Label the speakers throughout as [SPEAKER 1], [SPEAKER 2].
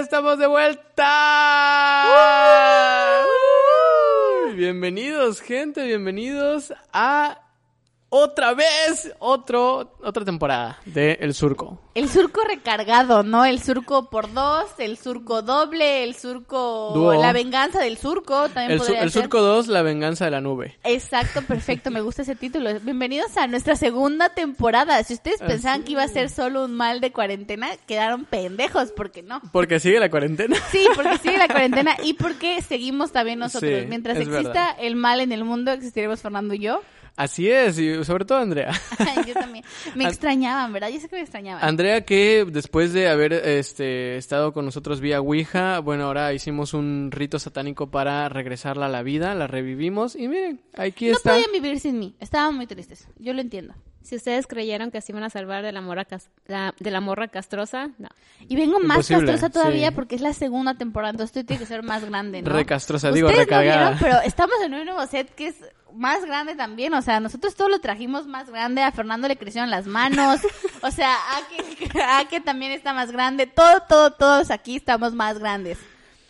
[SPEAKER 1] estamos de vuelta. ¡Uh! Bienvenidos, gente, bienvenidos a otra vez otro otra temporada de El Surco.
[SPEAKER 2] El surco recargado, ¿no? El surco por dos, el surco doble, el surco...
[SPEAKER 1] Dúo.
[SPEAKER 2] La venganza del surco también
[SPEAKER 1] El, su-
[SPEAKER 2] podría
[SPEAKER 1] el
[SPEAKER 2] ser.
[SPEAKER 1] Surco 2, La venganza de la nube.
[SPEAKER 2] Exacto, perfecto, me gusta ese título. Bienvenidos a nuestra segunda temporada. Si ustedes
[SPEAKER 1] Así
[SPEAKER 2] pensaban que iba a ser solo un mal de cuarentena, quedaron pendejos, porque no.
[SPEAKER 1] Porque sigue la cuarentena.
[SPEAKER 2] Sí, porque sigue la cuarentena y porque seguimos también nosotros.
[SPEAKER 1] Sí,
[SPEAKER 2] Mientras
[SPEAKER 1] es
[SPEAKER 2] exista
[SPEAKER 1] verdad.
[SPEAKER 2] el mal en el mundo, existiremos Fernando y yo.
[SPEAKER 1] Así es, y sobre todo Andrea.
[SPEAKER 2] yo también. Me
[SPEAKER 1] An-
[SPEAKER 2] extrañaban, ¿verdad? Yo sé que me extrañaban.
[SPEAKER 1] Andrea que después de haber este, estado con nosotros vía Ouija, bueno, ahora hicimos un rito satánico para regresarla a la vida, la revivimos y miren, aquí
[SPEAKER 2] no
[SPEAKER 1] está.
[SPEAKER 2] podían vivir sin mí. Estaban muy tristes. Yo lo entiendo.
[SPEAKER 3] Si ustedes creyeron que se iban a salvar de la morra, cas- la- de la morra castrosa, no.
[SPEAKER 2] Y vengo más
[SPEAKER 1] Imposible,
[SPEAKER 2] castrosa todavía
[SPEAKER 1] sí.
[SPEAKER 2] porque es la segunda temporada, entonces esto tiene que ser más grande, ¿no?
[SPEAKER 1] Recastrosa, digo,
[SPEAKER 2] Ustedes no
[SPEAKER 1] recargada.
[SPEAKER 2] vieron, pero estamos en un nuevo set que es más grande también, o sea, nosotros todo lo trajimos más grande, a Fernando le crecieron las manos, o sea, a que, a que también está más grande, todo, todo, todos aquí estamos más grandes.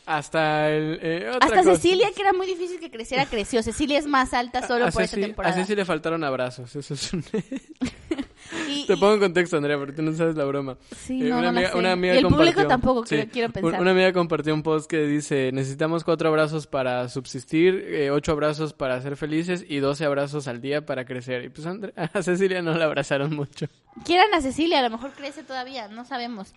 [SPEAKER 1] Hasta el... eh, otra
[SPEAKER 2] Hasta
[SPEAKER 1] cosa.
[SPEAKER 2] Cecilia, que era muy difícil que creciera, creció. Cecilia es más alta solo
[SPEAKER 1] A
[SPEAKER 2] por esta
[SPEAKER 1] Ceci-
[SPEAKER 2] temporada.
[SPEAKER 1] A Ceci le faltaron abrazos, eso es un-
[SPEAKER 2] Y-
[SPEAKER 1] Te
[SPEAKER 2] y-
[SPEAKER 1] pongo en contexto, Andrea, porque tú no sabes la broma. Eh,
[SPEAKER 2] Sí, no,
[SPEAKER 1] una
[SPEAKER 2] no la
[SPEAKER 1] amiga-
[SPEAKER 2] sé.
[SPEAKER 1] una amiga
[SPEAKER 2] Y el público
[SPEAKER 1] compartió-
[SPEAKER 2] tampoco, creo- quiero
[SPEAKER 1] un-
[SPEAKER 2] pensar.
[SPEAKER 1] Una amiga compartió un post que dice, necesitamos cuatro abrazos para subsistir, eh, ocho abrazos para ser felices y doce abrazos al día para crecer. Y pues Andre- a Cecilia no la abrazaron mucho.
[SPEAKER 2] Quieran a Cecilia, a lo mejor crece todavía, no sabemos.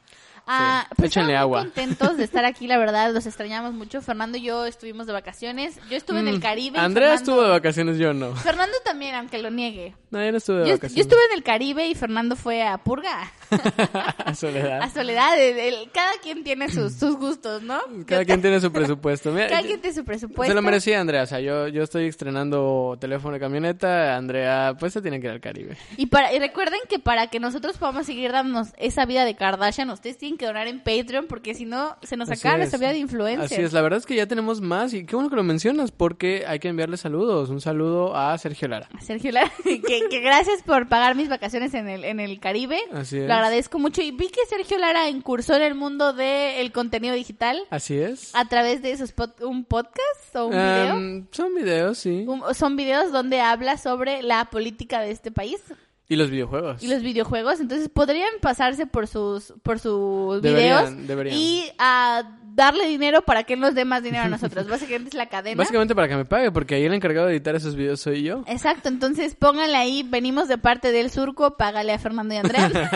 [SPEAKER 2] Ah,
[SPEAKER 1] Sí,
[SPEAKER 2] pues
[SPEAKER 1] échenle
[SPEAKER 2] estamos muy
[SPEAKER 1] agua.
[SPEAKER 2] contentos de estar aquí, la verdad, los extrañamos mucho. Fernando y yo estuvimos de vacaciones. Yo estuve en el
[SPEAKER 1] Mm,
[SPEAKER 2] Caribe. y
[SPEAKER 1] Andrea
[SPEAKER 2] Fernando-
[SPEAKER 1] estuvo de vacaciones, yo no.
[SPEAKER 2] Fernando también, aunque lo niegue.
[SPEAKER 1] No, yo no estuve de
[SPEAKER 2] Yo, yo
[SPEAKER 1] vacaciones.
[SPEAKER 2] estuve en el Caribe y Fernando fue a Purga,
[SPEAKER 1] a Ah, soledad.
[SPEAKER 2] a Soledad. el- el- cada quien tiene sus, sus gustos, ¿no?
[SPEAKER 1] Cada
[SPEAKER 2] Yo-
[SPEAKER 1] quien tiene su presupuesto. Mira,
[SPEAKER 2] cada
[SPEAKER 1] yo-
[SPEAKER 2] quien tiene su presupuesto.
[SPEAKER 1] Se lo merecía Andrea, o sea, yo, yo estoy estrenando teléfono de camioneta, Andrea, pues se tiene que ir al Caribe.
[SPEAKER 2] Y, para, y recuerden que para que nosotros podamos seguir dándonos esa vida de Kardashian, ustedes tienen que donar en Patreon porque si no se nos
[SPEAKER 1] Así
[SPEAKER 2] acaba
[SPEAKER 1] es.
[SPEAKER 2] nuestra vida de influencer.
[SPEAKER 1] Así es, la verdad es que ya tenemos más y qué bueno que lo mencionas porque hay que enviarle saludos. Un saludo a Sergio Lara.
[SPEAKER 2] Sergio Lara, que, que gracias por pagar mis vacaciones en el, en el Caribe.
[SPEAKER 1] Así es.
[SPEAKER 2] Lo agradezco mucho. Y vi que Sergio Lara incursó en el mundo del contenido digital
[SPEAKER 1] Así es.
[SPEAKER 2] a través de esos pod- un podcast o un video.
[SPEAKER 1] Em, son videos, sí.
[SPEAKER 2] Un- son videos donde habla sobre la política de este país
[SPEAKER 1] Y los videojuegos.
[SPEAKER 2] y los videojuegos. Entonces podrían pasarse por sus, por sus
[SPEAKER 1] Deberían,
[SPEAKER 2] videos
[SPEAKER 1] deberían.
[SPEAKER 2] y a darle dinero para que él nos dé más dinero a nosotros. Básicamente es la cadena.
[SPEAKER 1] Básicamente para que me pague, porque ahí el encargado de editar esos videos soy yo.
[SPEAKER 2] Exacto, entonces pónganle ahí, venimos de parte del surco, págale a Fernando y Andrea.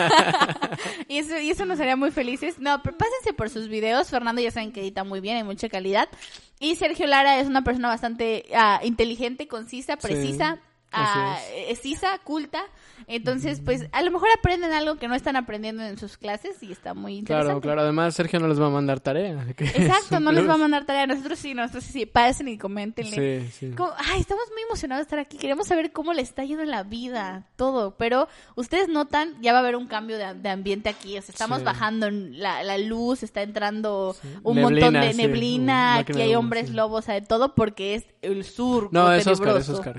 [SPEAKER 2] y, eso, y eso nos haría muy felices. No, pero pásense por sus videos, Fernando ya saben que edita muy bien, hay mucha calidad. Y Sergio Lara es una persona bastante ah, inteligente, concisa,
[SPEAKER 1] Sí,
[SPEAKER 2] precisa.
[SPEAKER 1] así
[SPEAKER 2] ah, Escisa, culta, entonces pues a lo mejor aprenden algo que no están aprendiendo en sus clases y está muy interesante.
[SPEAKER 1] Claro, claro. Además, Sergio no les va a mandar tarea. así que es
[SPEAKER 2] Exacto,
[SPEAKER 1] un
[SPEAKER 2] no les
[SPEAKER 1] plus.
[SPEAKER 2] va a mandar tarea, nosotros sí, nosotros sí, pásen y coméntenle.
[SPEAKER 1] Sí, sí.
[SPEAKER 2] Como- ay, estamos muy emocionados de estar aquí. Queremos saber cómo le está yendo en la vida, todo. Pero ustedes notan, ya va a haber un cambio de, de ambiente aquí. O sea, estamos
[SPEAKER 1] Sí.
[SPEAKER 2] bajando en la, la luz, está entrando un
[SPEAKER 1] Neblina,
[SPEAKER 2] montón de
[SPEAKER 1] sí.
[SPEAKER 2] neblina.
[SPEAKER 1] Mm, máquina
[SPEAKER 2] aquí
[SPEAKER 1] de
[SPEAKER 2] hay
[SPEAKER 1] humo,
[SPEAKER 2] hombres
[SPEAKER 1] sí.
[SPEAKER 2] lobos, o sea, de todo, porque es el surco
[SPEAKER 1] No, es Oscar,
[SPEAKER 2] tenebroso.
[SPEAKER 1] es Oscar.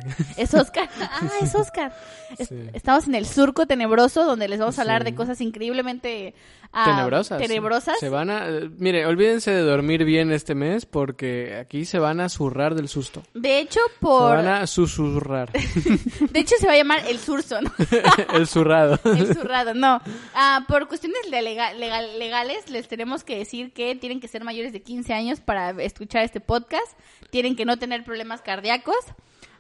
[SPEAKER 2] Es Oscar. Ah, es Oscar. Es-
[SPEAKER 1] Sí.
[SPEAKER 2] Estamos en el surco tenebroso, donde les vamos a hablar
[SPEAKER 1] Sí.
[SPEAKER 2] de cosas increíblemente ah,
[SPEAKER 1] Tenebrosas. sí.
[SPEAKER 2] tenebrosas.
[SPEAKER 1] Se van a. eh, Mire, olvídense de dormir bien este mes porque aquí se van a zurrar del susto.
[SPEAKER 2] De hecho,
[SPEAKER 1] Se
[SPEAKER 2] por...
[SPEAKER 1] van a susurrar.
[SPEAKER 2] De hecho, se va a llamar el surso, ¿no?
[SPEAKER 1] El zurrado.
[SPEAKER 2] El zurrado, no. Ah, por cuestiones de lega- legal- legales, les tenemos que decir que tienen que ser mayores de 15 años para escuchar este podcast. Tienen que no tener problemas cardíacos.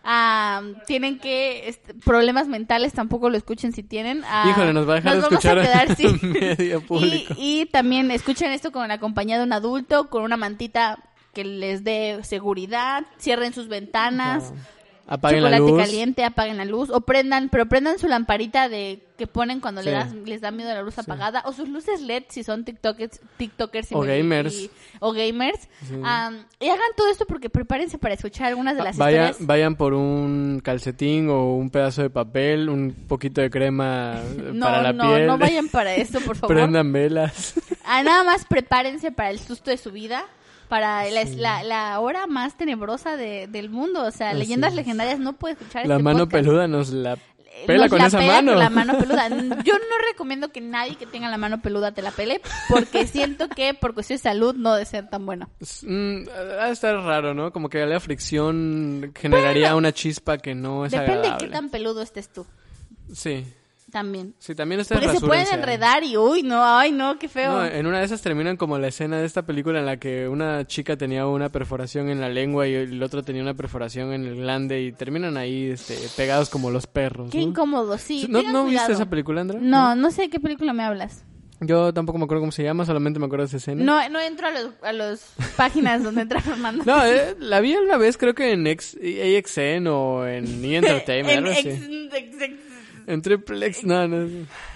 [SPEAKER 2] Ah, tienen que este, problemas mentales tampoco lo escuchen si tienen. Ah,
[SPEAKER 1] Híjole, nos va a dejar de
[SPEAKER 2] nos vamos
[SPEAKER 1] escuchar
[SPEAKER 2] a quedar sin-
[SPEAKER 1] medio público.
[SPEAKER 2] Y, y también escuchen esto con la compañía de un adulto, con una mantita que les dé seguridad, cierren sus ventanas,
[SPEAKER 1] No. Apaguen la
[SPEAKER 2] chocolate
[SPEAKER 1] luz.
[SPEAKER 2] caliente, apaguen la luz o prendan, pero prendan su lamparita de que ponen cuando
[SPEAKER 1] Sí.
[SPEAKER 2] le das- les da miedo la luz apagada o sus luces LED si son TikTokers, TikTokers y-
[SPEAKER 1] O gamers.
[SPEAKER 2] y- o gamers.
[SPEAKER 1] Sí.
[SPEAKER 2] Am, y hagan todo esto porque prepárense para escuchar algunas
[SPEAKER 1] Ah,
[SPEAKER 2] de las
[SPEAKER 1] Vayan,
[SPEAKER 2] historias.
[SPEAKER 1] vayan por un calcetín o un pedazo de papel, un poquito de crema eh,
[SPEAKER 2] No,
[SPEAKER 1] para la
[SPEAKER 2] no,
[SPEAKER 1] piel.
[SPEAKER 2] no vayan para eso, por favor.
[SPEAKER 1] Prendan velas.
[SPEAKER 2] Ah, nada más prepárense para el susto de su vida, para la, la, la hora más tenebrosa de- del mundo. O sea,
[SPEAKER 1] Así
[SPEAKER 2] leyendas
[SPEAKER 1] es.
[SPEAKER 2] legendarias no puede escuchar
[SPEAKER 1] La
[SPEAKER 2] este
[SPEAKER 1] mano
[SPEAKER 2] podcast.
[SPEAKER 1] peluda nos la
[SPEAKER 2] eh,
[SPEAKER 1] Pela
[SPEAKER 2] nos
[SPEAKER 1] con
[SPEAKER 2] la
[SPEAKER 1] esa
[SPEAKER 2] pela
[SPEAKER 1] mano.
[SPEAKER 2] con la mano peluda. Yo no recomiendo que nadie que tenga la mano peluda te la pele, porque siento que por cuestión de salud no debe ser tan bueno.
[SPEAKER 1] Es- mm, ha de estar raro, ¿no? Como que la fricción generaría una chispa que no es
[SPEAKER 2] Depende de
[SPEAKER 1] agradable.
[SPEAKER 2] qué tan peludo estés tú,
[SPEAKER 1] Sí,
[SPEAKER 2] también.
[SPEAKER 1] sí, también está
[SPEAKER 2] Porque se pueden enredar y uy, no, ay, no, qué feo.
[SPEAKER 1] No, eh, en una de esas terminan como la escena de esta película en la que una chica tenía una perforación en la lengua y el otro tenía una perforación en el glande y terminan ahí este, pegados como los perros.
[SPEAKER 2] qué
[SPEAKER 1] pues ¿no?
[SPEAKER 2] incómodo, sí.
[SPEAKER 1] ¿No,
[SPEAKER 2] tengan
[SPEAKER 1] no
[SPEAKER 2] cuidado.
[SPEAKER 1] viste esa película, Andra?
[SPEAKER 2] No, no sé de qué película me hablas.
[SPEAKER 1] Yo tampoco me acuerdo cómo se llama, solamente me acuerdo de esa escena.
[SPEAKER 2] No, no entro a las a los páginas donde entra Fernando.
[SPEAKER 1] No, eh, la vi una vez creo que en X, AXN o en E! Entertainment,
[SPEAKER 2] En
[SPEAKER 1] algo así.
[SPEAKER 2] ex- ex- ex-
[SPEAKER 1] En Triple X, no, no.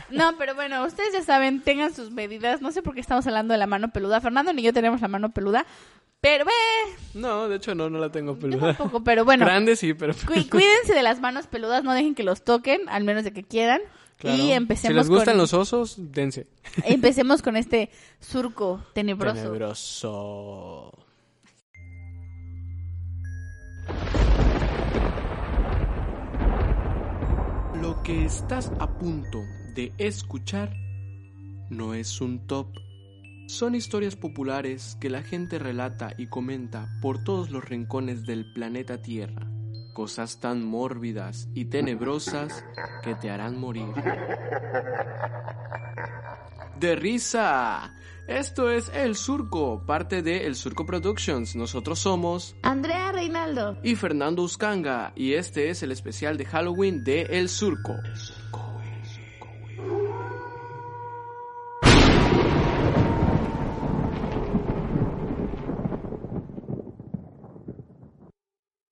[SPEAKER 2] No, pero bueno, ustedes ya saben, tengan sus medidas. No sé por qué estamos hablando de la mano peluda. Fernando ni yo tenemos la mano peluda. Pero, eh,
[SPEAKER 1] No, de hecho no, no la tengo
[SPEAKER 2] yo
[SPEAKER 1] peluda.
[SPEAKER 2] tampoco, pero bueno.
[SPEAKER 1] Grande sí, pero...
[SPEAKER 2] Cu- cuídense de las manos peludas, no dejen que los toquen, al menos de que quieran.
[SPEAKER 1] Claro.
[SPEAKER 2] Y empecemos,
[SPEAKER 1] Si les gustan
[SPEAKER 2] con,
[SPEAKER 1] los osos, dense.
[SPEAKER 2] empecemos con este surco tenebroso.
[SPEAKER 1] Tenebroso. Lo que estás a punto de escuchar no es un top. Son historias populares que la gente relata y comenta por todos los rincones del planeta Tierra. Cosas tan mórbidas y tenebrosas que te harán morir de risa. Esto es El Surco, parte de El Surco Productions. Nosotros somos
[SPEAKER 2] Andrea Reinaldo.
[SPEAKER 1] y Fernando Uscanga y este es el especial de Halloween de El Surco.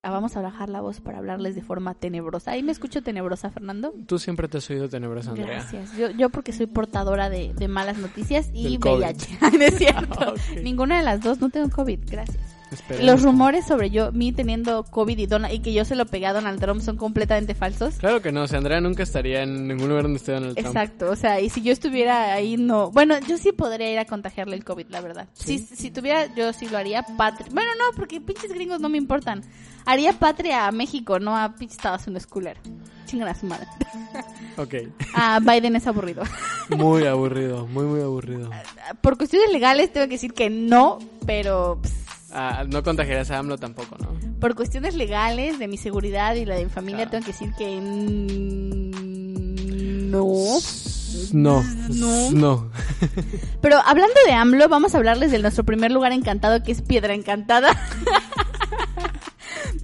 [SPEAKER 2] Ah, Vamos a bajar la voz para hablarles de forma tenebrosa. Ahí me escucho tenebrosa, Fernando.
[SPEAKER 1] Tú siempre te has oído tenebrosa, Andrea.
[SPEAKER 2] Gracias. Yo, yo porque soy portadora de, de malas noticias y
[SPEAKER 1] Del COVID.
[SPEAKER 2] VIH. Ay, no es cierto.
[SPEAKER 1] Ok.
[SPEAKER 2] Ninguna de las dos, no tengo COVID, gracias.
[SPEAKER 1] Espera.
[SPEAKER 2] Los rumores sobre yo, mí teniendo COVID y, Dona- y que yo se lo pegué a Donald Trump son completamente falsos.
[SPEAKER 1] Claro que no, o sea, Andrea nunca estaría en ningún lugar donde esté Donald Trump.
[SPEAKER 2] Exacto, o sea, y si yo estuviera ahí, no. Bueno, yo sí podría ir a contagiarle el COVID, la verdad. Si, si tuviera, yo sí lo haría patria. Bueno, no, porque pinches gringos no me importan. Haría patria a México, no a pinches Estados Unidos culero. Chingan a su madre.
[SPEAKER 1] Ok.
[SPEAKER 2] Ah, Biden es aburrido.
[SPEAKER 1] Muy aburrido, muy, muy aburrido.
[SPEAKER 2] Por cuestiones legales tengo que decir que no, pero pues,
[SPEAKER 1] Ah, no contagiarás a AMLO tampoco, ¿no?
[SPEAKER 2] por cuestiones legales de mi seguridad y la de mi familia
[SPEAKER 1] Claro.
[SPEAKER 2] tengo que decir que mm, no.
[SPEAKER 1] No.
[SPEAKER 2] No.
[SPEAKER 1] No.
[SPEAKER 2] Pero hablando de AMLO, vamos a hablarles de nuestro primer lugar encantado que es Piedra Encantada.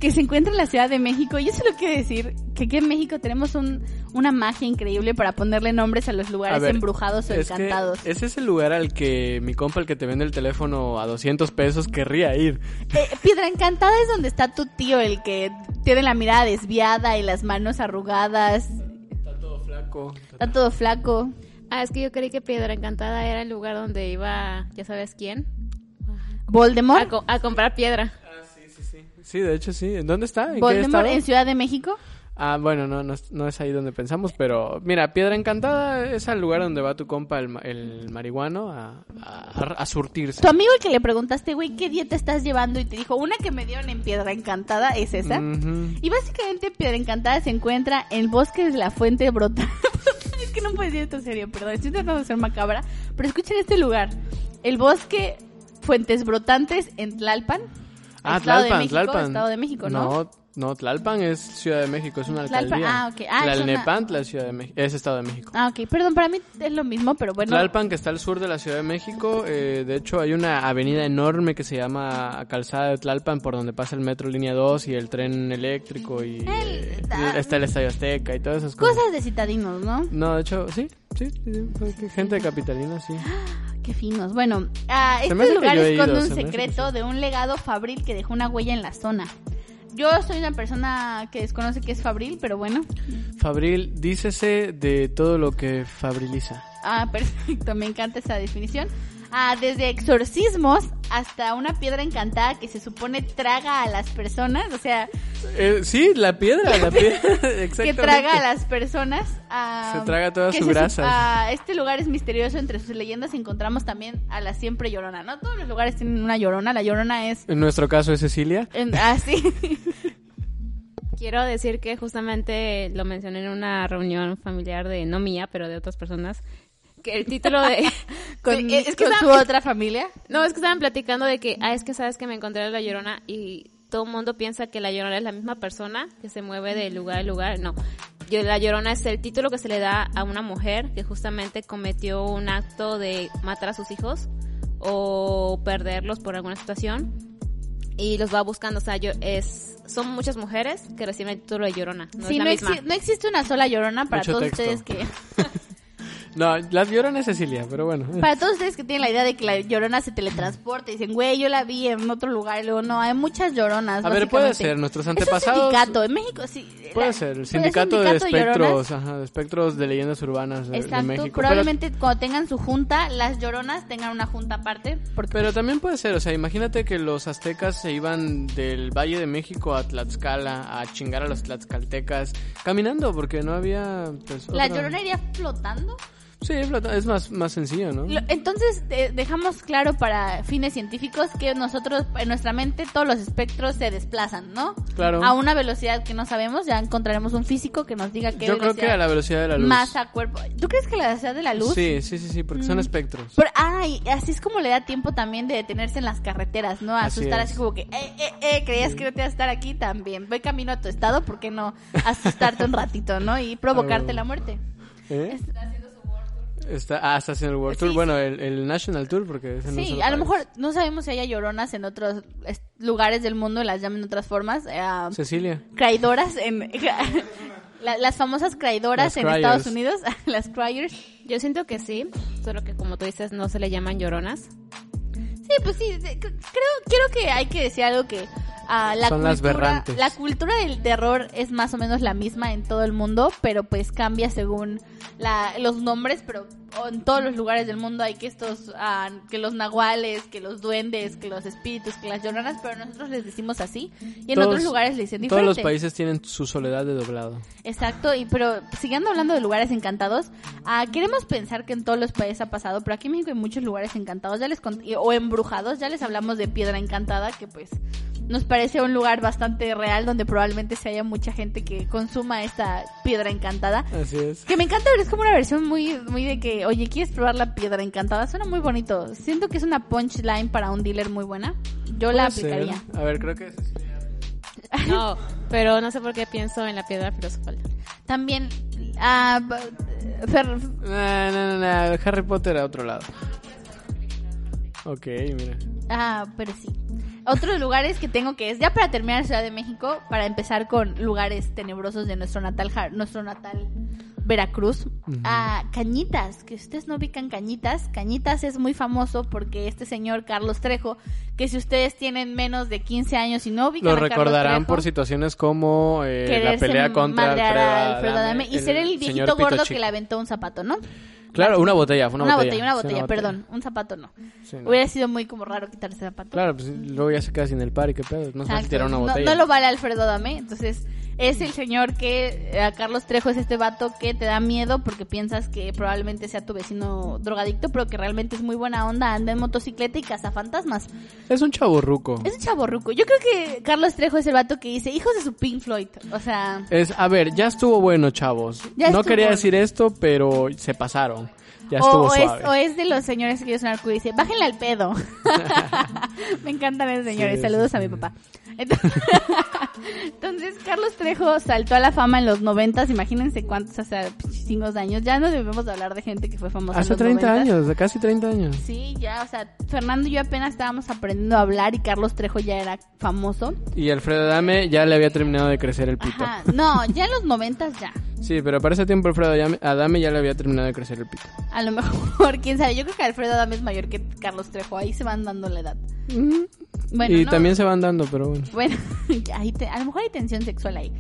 [SPEAKER 2] que se encuentra en la Ciudad de México. Yo solo quiero decir que aquí en México tenemos un, una magia increíble para ponerle nombres a los lugares
[SPEAKER 1] A ver,
[SPEAKER 2] embrujados o
[SPEAKER 1] es que
[SPEAKER 2] encantados.
[SPEAKER 1] ese es el lugar al que mi compa, el que te vende el teléfono a 200 pesos, querría ir.
[SPEAKER 2] Eh, Piedra Encantada es donde está tu tío, el que tiene la mirada desviada y las manos arrugadas.
[SPEAKER 1] Está todo flaco.
[SPEAKER 2] Está todo flaco.
[SPEAKER 3] Ah, es que yo creí que Piedra Encantada era el lugar donde iba, ya sabes quién, a,
[SPEAKER 2] Voldemort.
[SPEAKER 3] co- a comprar piedra.
[SPEAKER 1] Ah, sí, sí, sí. Sí, de hecho, sí. ¿En dónde está? ¿En qué
[SPEAKER 2] Voldemort
[SPEAKER 1] estado?
[SPEAKER 2] en Ciudad de México.
[SPEAKER 1] Ah, bueno, no, no, es- no es ahí donde pensamos, pero... Mira, Piedra Encantada es el lugar donde va tu compa, el, ma- el marihuano, a, a- a surtirse.
[SPEAKER 2] Tu amigo el que le preguntaste, güey, ¿qué dieta estás llevando? Y te dijo, una que me dieron en Piedra Encantada es esa.
[SPEAKER 4] Mm.
[SPEAKER 1] Ujú.
[SPEAKER 2] Y básicamente Piedra Encantada se encuentra en bosques de la fuente brota. es que no puedo decir esto en serio, perdón, estoy tratando de ser macabra. Pero escuchen este lugar. El bosque Fuentes Brotantes en Tlalpan.
[SPEAKER 1] Ah,
[SPEAKER 2] Estado de
[SPEAKER 1] Tlalpan,
[SPEAKER 2] México,
[SPEAKER 1] Tlalpan.
[SPEAKER 2] Estado de México, ¿no?
[SPEAKER 1] No, no, Tlalpan es Ciudad de México, es una
[SPEAKER 2] Tlalpan,
[SPEAKER 1] alcaldía.
[SPEAKER 2] ah, ok. Ah, es una-
[SPEAKER 1] Tlalnepantla es Ciudad de México, es Estado de México.
[SPEAKER 2] Ah, ok, perdón, para mí es lo mismo, pero bueno.
[SPEAKER 1] Tlalpan, que está al sur de la Ciudad de México. eh, de hecho, hay una avenida enorme que se llama Calzada de Tlalpan, por donde pasa el metro línea 2 y el tren eléctrico. Y eh,
[SPEAKER 2] ah.
[SPEAKER 1] está el Estadio Azteca y todas esas cosas.
[SPEAKER 2] Cosas de citadinos, ¿no?
[SPEAKER 1] No, de hecho, sí, sí, sí, sí, porque gente capitalina, sí.
[SPEAKER 2] Qué finos. Bueno, ah,
[SPEAKER 1] Se me hace
[SPEAKER 2] este
[SPEAKER 1] que
[SPEAKER 2] lugar
[SPEAKER 1] yo he
[SPEAKER 2] esconde
[SPEAKER 1] ido,
[SPEAKER 2] un
[SPEAKER 1] se me hace que
[SPEAKER 2] secreto de un legado fabril que dejó una huella en la zona. Yo soy una persona que desconoce qué es fabril, pero bueno.
[SPEAKER 1] Fabril, dícese de todo lo que fabriliza.
[SPEAKER 2] Ah, perfecto, me encanta esa definición. Ah, desde exorcismos hasta una piedra encantada que se supone traga a las personas, o sea,
[SPEAKER 1] Eh, sí, la piedra, la piedra, exactamente.
[SPEAKER 2] que traga a las personas. ah,
[SPEAKER 1] Se traga toda
[SPEAKER 2] que
[SPEAKER 1] su
[SPEAKER 2] se sup-
[SPEAKER 1] grasa.
[SPEAKER 2] ah, este lugar es misterioso, entre sus leyendas encontramos también a la siempre llorona, ¿no? Todos los lugares tienen una llorona, la llorona es...
[SPEAKER 1] En nuestro caso es Cecilia.
[SPEAKER 2] en- ah, sí.
[SPEAKER 3] Quiero decir que justamente lo mencioné en una reunión familiar de, no mía, pero de otras personas, que el título de...
[SPEAKER 2] Con,
[SPEAKER 3] Sí,
[SPEAKER 2] es que con su
[SPEAKER 3] estaban-
[SPEAKER 2] otra familia.
[SPEAKER 3] No, es que estaban platicando de que, ah, es que sabes que me encontré a la llorona y todo el mundo piensa que la llorona es la misma persona que se mueve de lugar a lugar. No, Yo- la llorona es el título que se le da a una mujer que justamente cometió un acto de matar a sus hijos o perderlos por alguna situación y los va buscando. O sea, yo, es, son muchas mujeres que reciben el título de llorona. No
[SPEAKER 2] sí,
[SPEAKER 3] es la
[SPEAKER 2] no,
[SPEAKER 3] misma.
[SPEAKER 2] exi- no existe una sola llorona para
[SPEAKER 4] Mucho
[SPEAKER 2] todos
[SPEAKER 4] texto.
[SPEAKER 2] ustedes que
[SPEAKER 4] No, la llorona es Cecilia, pero bueno.
[SPEAKER 2] para todos ustedes que tienen la idea de que la llorona se teletransporta y dicen, güey, yo la vi en otro lugar, y luego no, hay muchas lloronas.
[SPEAKER 4] A ver, puede
[SPEAKER 2] básicamente.
[SPEAKER 4] ser, nuestros
[SPEAKER 2] Es un
[SPEAKER 4] antepasados-
[SPEAKER 2] sindicato, en México sí. la-
[SPEAKER 4] Puede ser, el
[SPEAKER 2] puede
[SPEAKER 4] sindicato, de
[SPEAKER 2] lloronas.
[SPEAKER 4] espectros, ajá, de espectros de leyendas urbanas de, de
[SPEAKER 2] Exacto,
[SPEAKER 4] México. Pero-
[SPEAKER 2] probablemente cuando tengan su junta, las lloronas tengan una junta aparte. Porque
[SPEAKER 4] Pero también puede ser, o sea, imagínate que los aztecas se iban del Valle de México a Tlaxcala a chingar a los tlaxcaltecas caminando porque no había... Pues,
[SPEAKER 2] la
[SPEAKER 4] otra-
[SPEAKER 2] llorona iría flotando.
[SPEAKER 4] Sí, flota- es más, más sencillo, ¿no?
[SPEAKER 2] Lo- Entonces de- dejamos claro para fines científicos que nosotros en nuestra mente todos los espectros se desplazan, ¿no?
[SPEAKER 4] Claro.
[SPEAKER 2] A una velocidad que no sabemos, ya encontraremos un físico que nos diga qué
[SPEAKER 4] Yo creo
[SPEAKER 2] velocidad
[SPEAKER 4] que a la velocidad de la luz.
[SPEAKER 2] masa cuerpo. ¿Tú crees que la velocidad de la luz? Mm.
[SPEAKER 4] Sí, sí, sí, sí, porque son espectros.
[SPEAKER 2] Pero, ay, así es como le da tiempo también de detenerse en las carreteras, ¿no? A
[SPEAKER 4] Así
[SPEAKER 2] asustar
[SPEAKER 4] es.
[SPEAKER 2] así como que, eh, eh, eh, creías que no te ibas a estar aquí también. Voy camino a tu estado, ¿por qué no asustarte un ratito, ¿no? Y provocarte la muerte.
[SPEAKER 4] ¿Eh?
[SPEAKER 2] Está
[SPEAKER 4] Está, ah, está haciendo el World
[SPEAKER 2] Sí,
[SPEAKER 4] Tour.
[SPEAKER 2] sí.
[SPEAKER 4] Bueno, el, el National Tour, porque es en un
[SPEAKER 2] Sí,
[SPEAKER 4] solo
[SPEAKER 2] a lo
[SPEAKER 4] país.
[SPEAKER 2] mejor no sabemos si haya lloronas en otros es- lugares del mundo, las llaman de otras formas. eh, ah,
[SPEAKER 4] Cecilia.
[SPEAKER 2] Craidoras en... la- las famosas craidoras
[SPEAKER 4] Las
[SPEAKER 2] en
[SPEAKER 4] criers.
[SPEAKER 2] Estados Unidos, las criers.
[SPEAKER 3] Yo siento que sí, solo que como tú dices, no se le llaman lloronas.
[SPEAKER 2] Sí, pues sí, de- cre- creo, creo que hay que decir algo que ah, la,
[SPEAKER 4] Son
[SPEAKER 2] cultura,
[SPEAKER 4] las berrantes.
[SPEAKER 2] la cultura del terror es más o menos la misma en todo el mundo, pero pues cambia según la- los nombres, pero en todos los lugares del mundo hay que estos, ah, que los nahuales, que los duendes, que los espíritus, que las lloronas, pero nosotros les decimos así y en
[SPEAKER 4] Todos-
[SPEAKER 2] otros lugares le dicen diferente.
[SPEAKER 4] Todos los países tienen su soledad de doblado.
[SPEAKER 2] Exacto, y pero siguiendo hablando de lugares encantados, ah, queremos pensar que en todos los países ha pasado, pero aquí en México hay muchos lugares encantados, ya les cont- y- o embrujados, ya les hablamos de Piedra Encantada, que pues nos parece un lugar bastante real donde probablemente se haya mucha gente que consuma esta Piedra Encantada.
[SPEAKER 4] Así es.
[SPEAKER 2] Que me encanta, pero es como una versión muy, muy de que, oye, ¿quieres probar la piedra encantada? Suena muy bonito. Siento que es una punchline para un dealer muy buena. Yo la aplicaría.
[SPEAKER 4] A ver, creo que Cecilia.
[SPEAKER 3] No, pero no sé por qué pienso en la piedra filosofal.
[SPEAKER 2] También, ah, b- Fer-
[SPEAKER 4] No, no, no, no, Harry Potter a otro lado. Ok, mira.
[SPEAKER 2] Ah, pero sí. Otros lugares que tengo que es, ya para terminar Ciudad de México, para empezar con lugares tenebrosos de nuestro natal, Ja- nuestro natal Veracruz. Ah, Cañitas, que ustedes no ubican Cañitas. Cañitas es muy famoso porque este señor Carlos Trejo, que si ustedes tienen menos de 15 años y no ubican
[SPEAKER 4] Lo
[SPEAKER 2] a Carlos
[SPEAKER 4] recordarán
[SPEAKER 2] Trejo,
[SPEAKER 4] por situaciones como eh, la
[SPEAKER 2] quererse
[SPEAKER 4] pelea contra
[SPEAKER 2] madrear
[SPEAKER 4] Alfredo
[SPEAKER 2] a
[SPEAKER 4] Adame,
[SPEAKER 2] Alfredo Adame y ser el
[SPEAKER 4] señor
[SPEAKER 2] viejito
[SPEAKER 4] Pito
[SPEAKER 2] gordo
[SPEAKER 4] Chico.
[SPEAKER 2] que le aventó un zapato, ¿no?
[SPEAKER 4] Claro, una botella, fue una,
[SPEAKER 2] Una, botella, una
[SPEAKER 4] sí,
[SPEAKER 2] botella, perdón, un zapato no.
[SPEAKER 4] Sí, no.
[SPEAKER 2] Hubiera sido muy como raro quitarse zapato.
[SPEAKER 4] Claro, pues luego ya se queda sin el par y qué pedo. No se
[SPEAKER 2] Exacto.
[SPEAKER 4] tirar una
[SPEAKER 2] No-
[SPEAKER 4] botella.
[SPEAKER 2] No, lo vale Alfredo Adame, entonces es el señor que eh, a Carlos Trejo es este vato que te da miedo porque piensas que probablemente sea tu vecino drogadicto, pero que realmente es muy buena onda, anda en motocicleta y caza fantasmas.
[SPEAKER 4] Es un chaburruco.
[SPEAKER 2] Es un chaborruco. Yo creo que Carlos Trejo es el vato que dice, hijos de su Pink Floyd, o sea,
[SPEAKER 4] Es, a ver, ya estuvo bueno, chavos.
[SPEAKER 2] Ya
[SPEAKER 4] no
[SPEAKER 2] estuvo
[SPEAKER 4] quería
[SPEAKER 2] bueno.
[SPEAKER 4] decir esto, pero se pasaron. Ya
[SPEAKER 2] o,
[SPEAKER 4] estuvo
[SPEAKER 2] o es,
[SPEAKER 4] suave.
[SPEAKER 2] o es de los señores que yo sonar y dice, bájenle al pedo. Me encantan esos señores,
[SPEAKER 4] Sí,
[SPEAKER 2] saludos
[SPEAKER 4] sí,
[SPEAKER 2] a mi
[SPEAKER 4] sí.
[SPEAKER 2] papá. Entonces, entonces, Carlos Trejo saltó a la fama en los noventas, imagínense cuántos hace chingos de años, ya no debemos de hablar de gente que fue famosa. en
[SPEAKER 4] Hace
[SPEAKER 2] los
[SPEAKER 4] 30
[SPEAKER 2] noventas.
[SPEAKER 4] años, de casi 30 años.
[SPEAKER 2] Sí, ya, o sea, Fernando y yo apenas estábamos aprendiendo a hablar y Carlos Trejo ya era famoso.
[SPEAKER 4] Y Alfredo Adame ya le había terminado de crecer el pito.
[SPEAKER 2] Ajá, no, ya en los noventas ya.
[SPEAKER 4] Sí, pero para ese tiempo Alfredo Adame- Adame ya le había terminado de crecer el pito.
[SPEAKER 2] A lo mejor, quién sabe, yo creo que Alfredo Adame es mayor que Carlos Trejo, ahí se van dando la edad. Bueno,
[SPEAKER 4] y
[SPEAKER 2] no-
[SPEAKER 4] también se van dando, pero bueno.
[SPEAKER 2] Bueno, ahí te- a lo mejor hay tensión sexual ahí.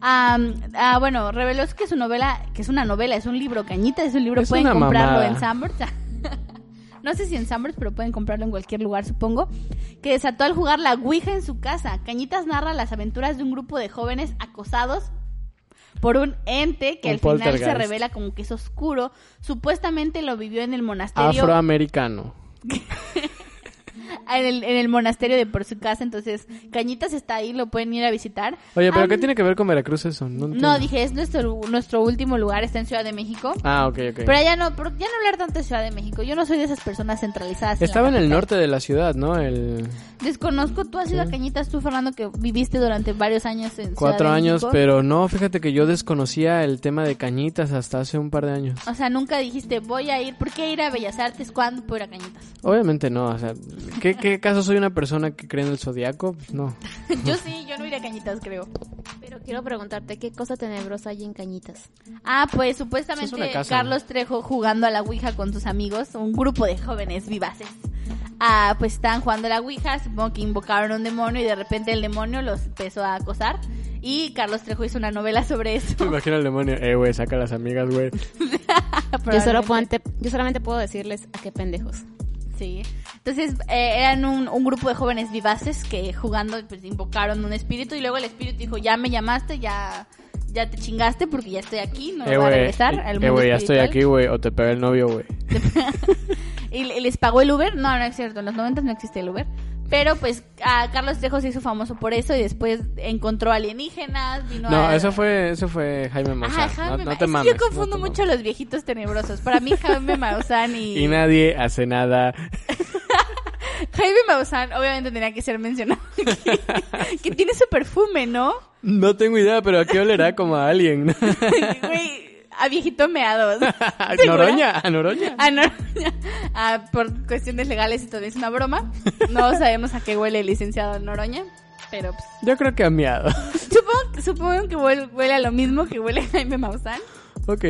[SPEAKER 2] Am, ah, bueno, reveló que su novela, que es una novela, es un libro, Cañita, es un libro,
[SPEAKER 4] Es
[SPEAKER 2] pueden
[SPEAKER 4] una
[SPEAKER 2] comprarlo
[SPEAKER 4] mamada.
[SPEAKER 2] en Sambors. no sé si en Sambors, pero pueden comprarlo en cualquier lugar, supongo. Que desató al jugar la Ouija en su casa. Cañitas narra las aventuras de un grupo de jóvenes acosados por un ente que
[SPEAKER 4] Un
[SPEAKER 2] al final se
[SPEAKER 4] poltergeist.
[SPEAKER 2] revela como que es oscuro. Supuestamente lo vivió en el monasterio
[SPEAKER 4] Afroamericano.
[SPEAKER 2] en el, en el monasterio de por su casa, entonces Cañitas está ahí, lo pueden ir a visitar.
[SPEAKER 4] Oye, pero
[SPEAKER 2] Am-
[SPEAKER 4] ¿qué tiene que ver con Veracruz eso? No,
[SPEAKER 2] No,
[SPEAKER 4] entiendo.
[SPEAKER 2] dije, es nuestro, nuestro último lugar, está en Ciudad de México.
[SPEAKER 4] Ah, ok, ok.
[SPEAKER 2] Pero ya no, por- ya no hablar tanto de Ciudad de México. Yo no soy de esas personas centralizadas. la
[SPEAKER 4] Estaba en el
[SPEAKER 2] capital.
[SPEAKER 4] norte de la ciudad, ¿no? El
[SPEAKER 2] Desconozco, tú has ido a Cañitas, tú, Fernando, que viviste durante varios años en
[SPEAKER 4] cuatro
[SPEAKER 2] Ciudad de
[SPEAKER 4] años,
[SPEAKER 2] México.
[SPEAKER 4] pero no, fíjate que yo desconocía el tema de cañitas hasta hace un par de años.
[SPEAKER 2] O sea, nunca dijiste, voy a ir, ¿por qué ir a Bellas Artes? ¿Cuándo puedo ir a Cañitas?
[SPEAKER 4] Obviamente no, o sea, ¿qué, qué caso soy una persona que cree en el zodiaco? Pues no.
[SPEAKER 2] yo sí, yo no iré a Cañitas, creo.
[SPEAKER 3] Pero quiero preguntarte, ¿qué cosa tenebrosa hay en Cañitas?
[SPEAKER 2] Ah, pues
[SPEAKER 4] Eso es una
[SPEAKER 2] supuestamente
[SPEAKER 4] casa.
[SPEAKER 2] Carlos Trejo jugando a la Ouija con sus amigos, un grupo de jóvenes vivaces. Ah, pues estaban jugando a la Ouija, supongo que invocaron a un demonio y de repente el demonio los empezó a acosar. Y Carlos Trejo hizo una novela sobre
[SPEAKER 4] Me
[SPEAKER 2] eso.
[SPEAKER 4] imagino al demonio, eh, güey, saca a las amigas, güey.
[SPEAKER 3] Yo, solo
[SPEAKER 2] Probablemente.
[SPEAKER 3] puedo ante- yo solamente puedo decirles a qué pendejos.
[SPEAKER 2] Sí. Entonces eh, eran un, un grupo de jóvenes vivaces que jugando pues, invocaron un espíritu y luego el espíritu dijo, ya me llamaste, ya, ya te chingaste porque ya estoy aquí, no voy
[SPEAKER 4] Eh,
[SPEAKER 2] a
[SPEAKER 4] güey,
[SPEAKER 2] regresar al
[SPEAKER 4] eh,
[SPEAKER 2] mundo
[SPEAKER 4] güey, ya estoy
[SPEAKER 2] espiritual".
[SPEAKER 4] aquí, güey, o te pega el novio, güey.
[SPEAKER 2] y, y les pagó el Uber. No, no es cierto, en los 90 no existía el Uber. Pero pues a Carlos Trejo se hizo famoso por eso y después encontró alienígenas, vino
[SPEAKER 4] No,
[SPEAKER 2] a-
[SPEAKER 4] eso fue, eso fue Jaime Maussan.
[SPEAKER 2] Ajá, Jaime
[SPEAKER 4] no, no
[SPEAKER 2] Ma-
[SPEAKER 4] te
[SPEAKER 2] es que
[SPEAKER 4] mames.
[SPEAKER 2] Yo confundo
[SPEAKER 4] no te
[SPEAKER 2] mucho a los viejitos tenebrosos. Para mí Jaime Maussan
[SPEAKER 4] mames.
[SPEAKER 2] y...
[SPEAKER 4] Y nadie hace nada.
[SPEAKER 2] Jaime Maussan obviamente tenía que ser mencionado aquí. que tiene su perfume, ¿no?
[SPEAKER 4] No tengo idea, pero aquí olerá como a alguien.
[SPEAKER 2] Güey, a viejito meado.
[SPEAKER 4] ¿A
[SPEAKER 2] ¿Segura?
[SPEAKER 4] Noroña, a Noroña.
[SPEAKER 2] Ah, no. Ah, por cuestiones legales esto es una broma. No sabemos a qué huele el licenciado Noroña, pero pues,
[SPEAKER 4] Yo creo que a miado.
[SPEAKER 2] Supongo, supongo que huele, huele a lo mismo que huele Jaime Maussan.
[SPEAKER 4] Ok.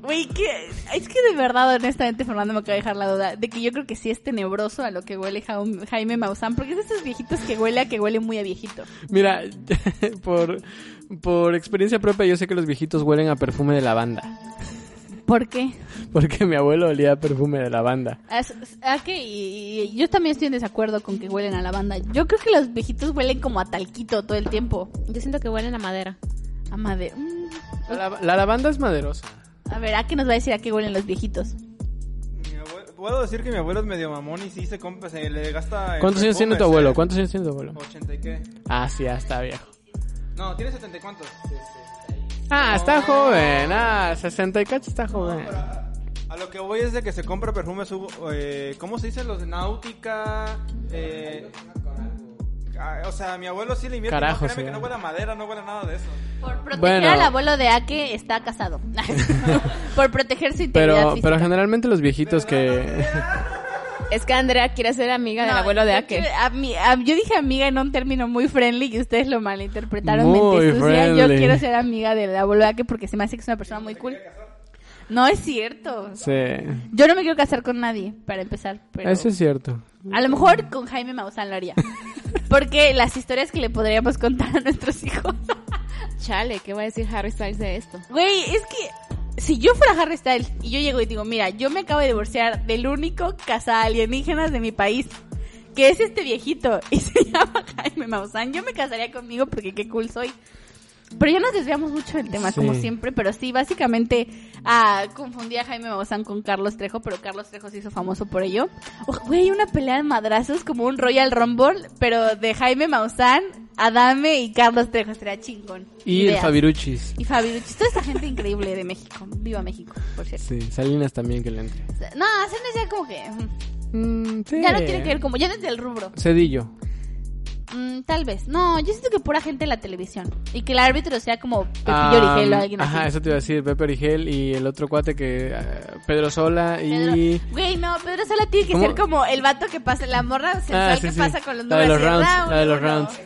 [SPEAKER 2] Güey, que, es que de verdad, honestamente, Fernando me acaba de dejar la duda de que yo creo que sí es tenebroso a lo que huele Jaum- Jaime Maussan, porque es de esos viejitos que huele a que huele muy a viejito.
[SPEAKER 4] Mira, por, por experiencia propia, yo sé que los viejitos huelen a perfume de lavanda.
[SPEAKER 2] ¿Por qué?
[SPEAKER 4] Porque mi abuelo olía a perfume de lavanda.
[SPEAKER 2] Ah, s- s- ah, que y- y- yo también estoy en desacuerdo con que huelen a lavanda. Yo creo que los viejitos huelen como a talquito todo el tiempo.
[SPEAKER 3] Yo siento que huelen a madera.
[SPEAKER 2] A made- mm.
[SPEAKER 4] La, la lavanda es maderosa.
[SPEAKER 2] A ver, ¿a qué nos va a decir a qué huelen los viejitos?
[SPEAKER 5] Mi abuelo- puedo decir que mi abuelo es medio mamón y sí se compra, se le gasta. en
[SPEAKER 4] ¿Cuántos años tiene tu
[SPEAKER 5] perfumes,
[SPEAKER 4] abuelo?
[SPEAKER 5] eh.
[SPEAKER 4] ¿Cuántos años tiene tu abuelo?
[SPEAKER 5] 80 y qué.
[SPEAKER 4] Ah, sí, ya está viejo.
[SPEAKER 5] No, tiene 70 y cuántos.
[SPEAKER 4] Ah, está joven. Ah, 60 y cacho está joven.
[SPEAKER 5] A lo que voy es de que se compra perfumes, Hugo, eh, ¿cómo se dicen los de náutica? Eh, ah, o sea, mi abuelo sí le invierte.
[SPEAKER 4] Carajo,
[SPEAKER 5] no, créeme
[SPEAKER 4] sí.
[SPEAKER 5] que no huele a madera, no huele a nada de eso.
[SPEAKER 2] Por proteger
[SPEAKER 4] Bueno.
[SPEAKER 2] al abuelo de Ake está casado. Por proteger su integridad
[SPEAKER 4] Pero,
[SPEAKER 2] física.
[SPEAKER 4] pero generalmente los viejitos que...
[SPEAKER 3] Es que Andrea quiere ser amiga del
[SPEAKER 2] No,
[SPEAKER 3] abuelo de
[SPEAKER 2] yo
[SPEAKER 3] Ake.
[SPEAKER 2] quiero- a mí- a- yo dije amiga en un término muy friendly y ustedes lo malinterpretaron.
[SPEAKER 4] Muy
[SPEAKER 2] mente sucia. Yo
[SPEAKER 4] friendly.
[SPEAKER 2] quiero ser amiga del abuelo de Ake porque se me hace que es una persona muy cool. No es cierto.
[SPEAKER 4] Sí.
[SPEAKER 2] Yo no me quiero casar con nadie, para empezar. Pero
[SPEAKER 4] Eso es cierto.
[SPEAKER 2] A lo mejor con Jaime Maussan lo haría. Porque las historias que le podríamos contar a nuestros hijos.
[SPEAKER 3] Chale, ¿qué va a decir Harry Styles de esto?
[SPEAKER 2] Güey, es que si yo fuera Harry Styles y yo llego y digo, mira, yo me acabo de divorciar del único caza alienígenas de mi país, que es este viejito, y se llama Jaime Maussan, yo me casaría conmigo porque qué cool soy. Pero ya nos desviamos mucho del tema,
[SPEAKER 4] Sí.
[SPEAKER 2] como siempre, pero sí, básicamente ah, confundí a Jaime Maussan con Carlos Trejo, pero Carlos Trejo se hizo famoso por ello. Oh, Güey, una pelea de madrazos como un Royal Rumble, pero de Jaime Maussan, Adame y Carlos Trejo, sería chingón.
[SPEAKER 4] Y el
[SPEAKER 2] Ideas.
[SPEAKER 4] Fabiruchis.
[SPEAKER 2] Y Fabiruchis, toda esta gente increíble de México. Viva México, por cierto.
[SPEAKER 4] Sí, Salinas también que le entre.
[SPEAKER 2] No, Salinas ya como que. mm,
[SPEAKER 4] Mm, sí.
[SPEAKER 2] Ya no tiene que ver como. Ya no es del rubro.
[SPEAKER 4] Cedillo.
[SPEAKER 2] Mm, tal vez. No, yo siento que pura gente en la televisión. Y que el árbitro sea como Pepillo
[SPEAKER 4] Ah,
[SPEAKER 2] Origel o alguien
[SPEAKER 4] Ajá,
[SPEAKER 2] así.
[SPEAKER 4] eso te iba a decir, Pepe Origel y el otro cuate que... ah, Pedro Sola
[SPEAKER 2] Pedro-
[SPEAKER 4] y...
[SPEAKER 2] Güey, no, Pedro Sola tiene que
[SPEAKER 4] ¿Cómo? Ah,
[SPEAKER 2] ser como el vato que pasa, la morra sensual
[SPEAKER 4] sí,
[SPEAKER 2] que
[SPEAKER 4] sí.
[SPEAKER 2] pasa con los
[SPEAKER 4] La de
[SPEAKER 2] números.
[SPEAKER 4] los
[SPEAKER 2] así,
[SPEAKER 4] rounds, la de los
[SPEAKER 2] uno.
[SPEAKER 4] rounds.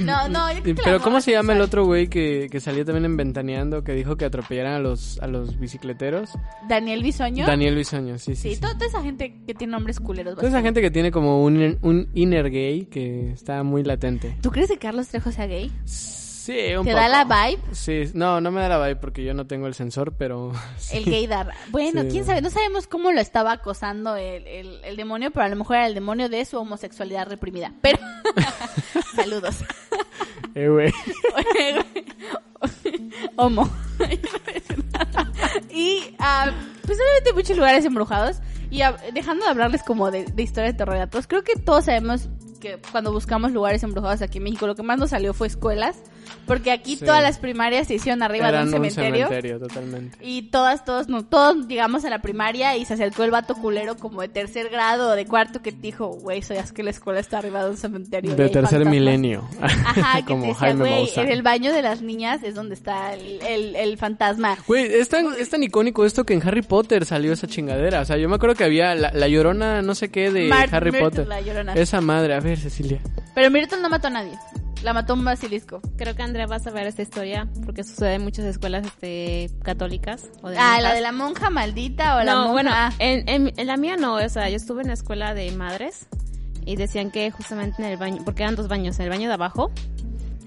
[SPEAKER 2] No, no, yo creo que la
[SPEAKER 4] Pero ¿cómo
[SPEAKER 2] morra
[SPEAKER 4] se llama el
[SPEAKER 2] sensual.
[SPEAKER 4] otro güey que, que salió también en Ventaneando que dijo que atropellaran a los, a los bicicleteros?
[SPEAKER 2] Daniel Bisoño.
[SPEAKER 4] Daniel Bisoño, sí, sí.
[SPEAKER 2] Sí,
[SPEAKER 4] sí.
[SPEAKER 2] to- toda esa gente que tiene nombres culeros.
[SPEAKER 4] Toda esa gente que tiene como un, un inner gay que está muy latente.
[SPEAKER 2] ¿Tú crees que Carlos Trejo sea gay?
[SPEAKER 4] Sí, un
[SPEAKER 2] ¿Te da
[SPEAKER 4] poco.
[SPEAKER 2] la vibe?
[SPEAKER 4] Sí, no, no me da la vibe porque yo no tengo el sensor, pero... sí.
[SPEAKER 2] El gaydar. Bueno,
[SPEAKER 4] Sí.
[SPEAKER 2] quién sabe, no sabemos cómo lo estaba acosando el, el- el demonio, pero a lo mejor era el demonio de su homosexualidad reprimida. Pero, saludos.
[SPEAKER 4] Eh, güey.
[SPEAKER 2] Homo. y, ah, pues obviamente muchos lugares embrujados. Y hab- dejando de hablarles como de, de historias de terror y de datos, creo que todos sabemos que cuando buscamos lugares embrujados aquí en México, lo que más nos salió fue escuelas, porque aquí
[SPEAKER 4] Sí.
[SPEAKER 2] todas las primarias se hicieron arriba
[SPEAKER 4] Eran
[SPEAKER 2] de un cementerio.
[SPEAKER 4] totalmente.
[SPEAKER 2] Y todas, todos, no, todos llegamos a la primaria y se acercó el vato culero como de tercer grado o de cuarto que te dijo, güey, sabías que la escuela está arriba de un cementerio. y
[SPEAKER 4] De
[SPEAKER 2] hay
[SPEAKER 4] tercer
[SPEAKER 2] fantasmas".
[SPEAKER 4] milenio.
[SPEAKER 2] Ajá, que
[SPEAKER 4] como
[SPEAKER 2] te decía,
[SPEAKER 4] Jaime
[SPEAKER 2] güey,
[SPEAKER 4] Maussan.
[SPEAKER 2] en el baño de las niñas es donde está el, el- el fantasma.
[SPEAKER 4] Güey, es tan, es tan icónico esto que en Harry Potter salió esa chingadera. O sea, yo me acuerdo que había la, la llorona no sé qué de
[SPEAKER 2] Mart-
[SPEAKER 4] Harry
[SPEAKER 2] Myrtle,
[SPEAKER 4] Potter.
[SPEAKER 2] la llorona.
[SPEAKER 4] Esa madre, a ver, Cecilia.
[SPEAKER 2] Pero Myrtle no mató a nadie. La mató un basilisco.
[SPEAKER 3] Creo que Andrea va a saber esta historia porque sucede en muchas escuelas este, católicas. O de
[SPEAKER 2] Ah,
[SPEAKER 3] monjas.
[SPEAKER 2] la de la monja maldita o la
[SPEAKER 3] no,
[SPEAKER 2] monja.
[SPEAKER 3] bueno,
[SPEAKER 2] ah,
[SPEAKER 3] en, en- en la mía no, o sea, yo estuve en la escuela de madres y decían que justamente en el baño, porque eran dos baños, en el baño de abajo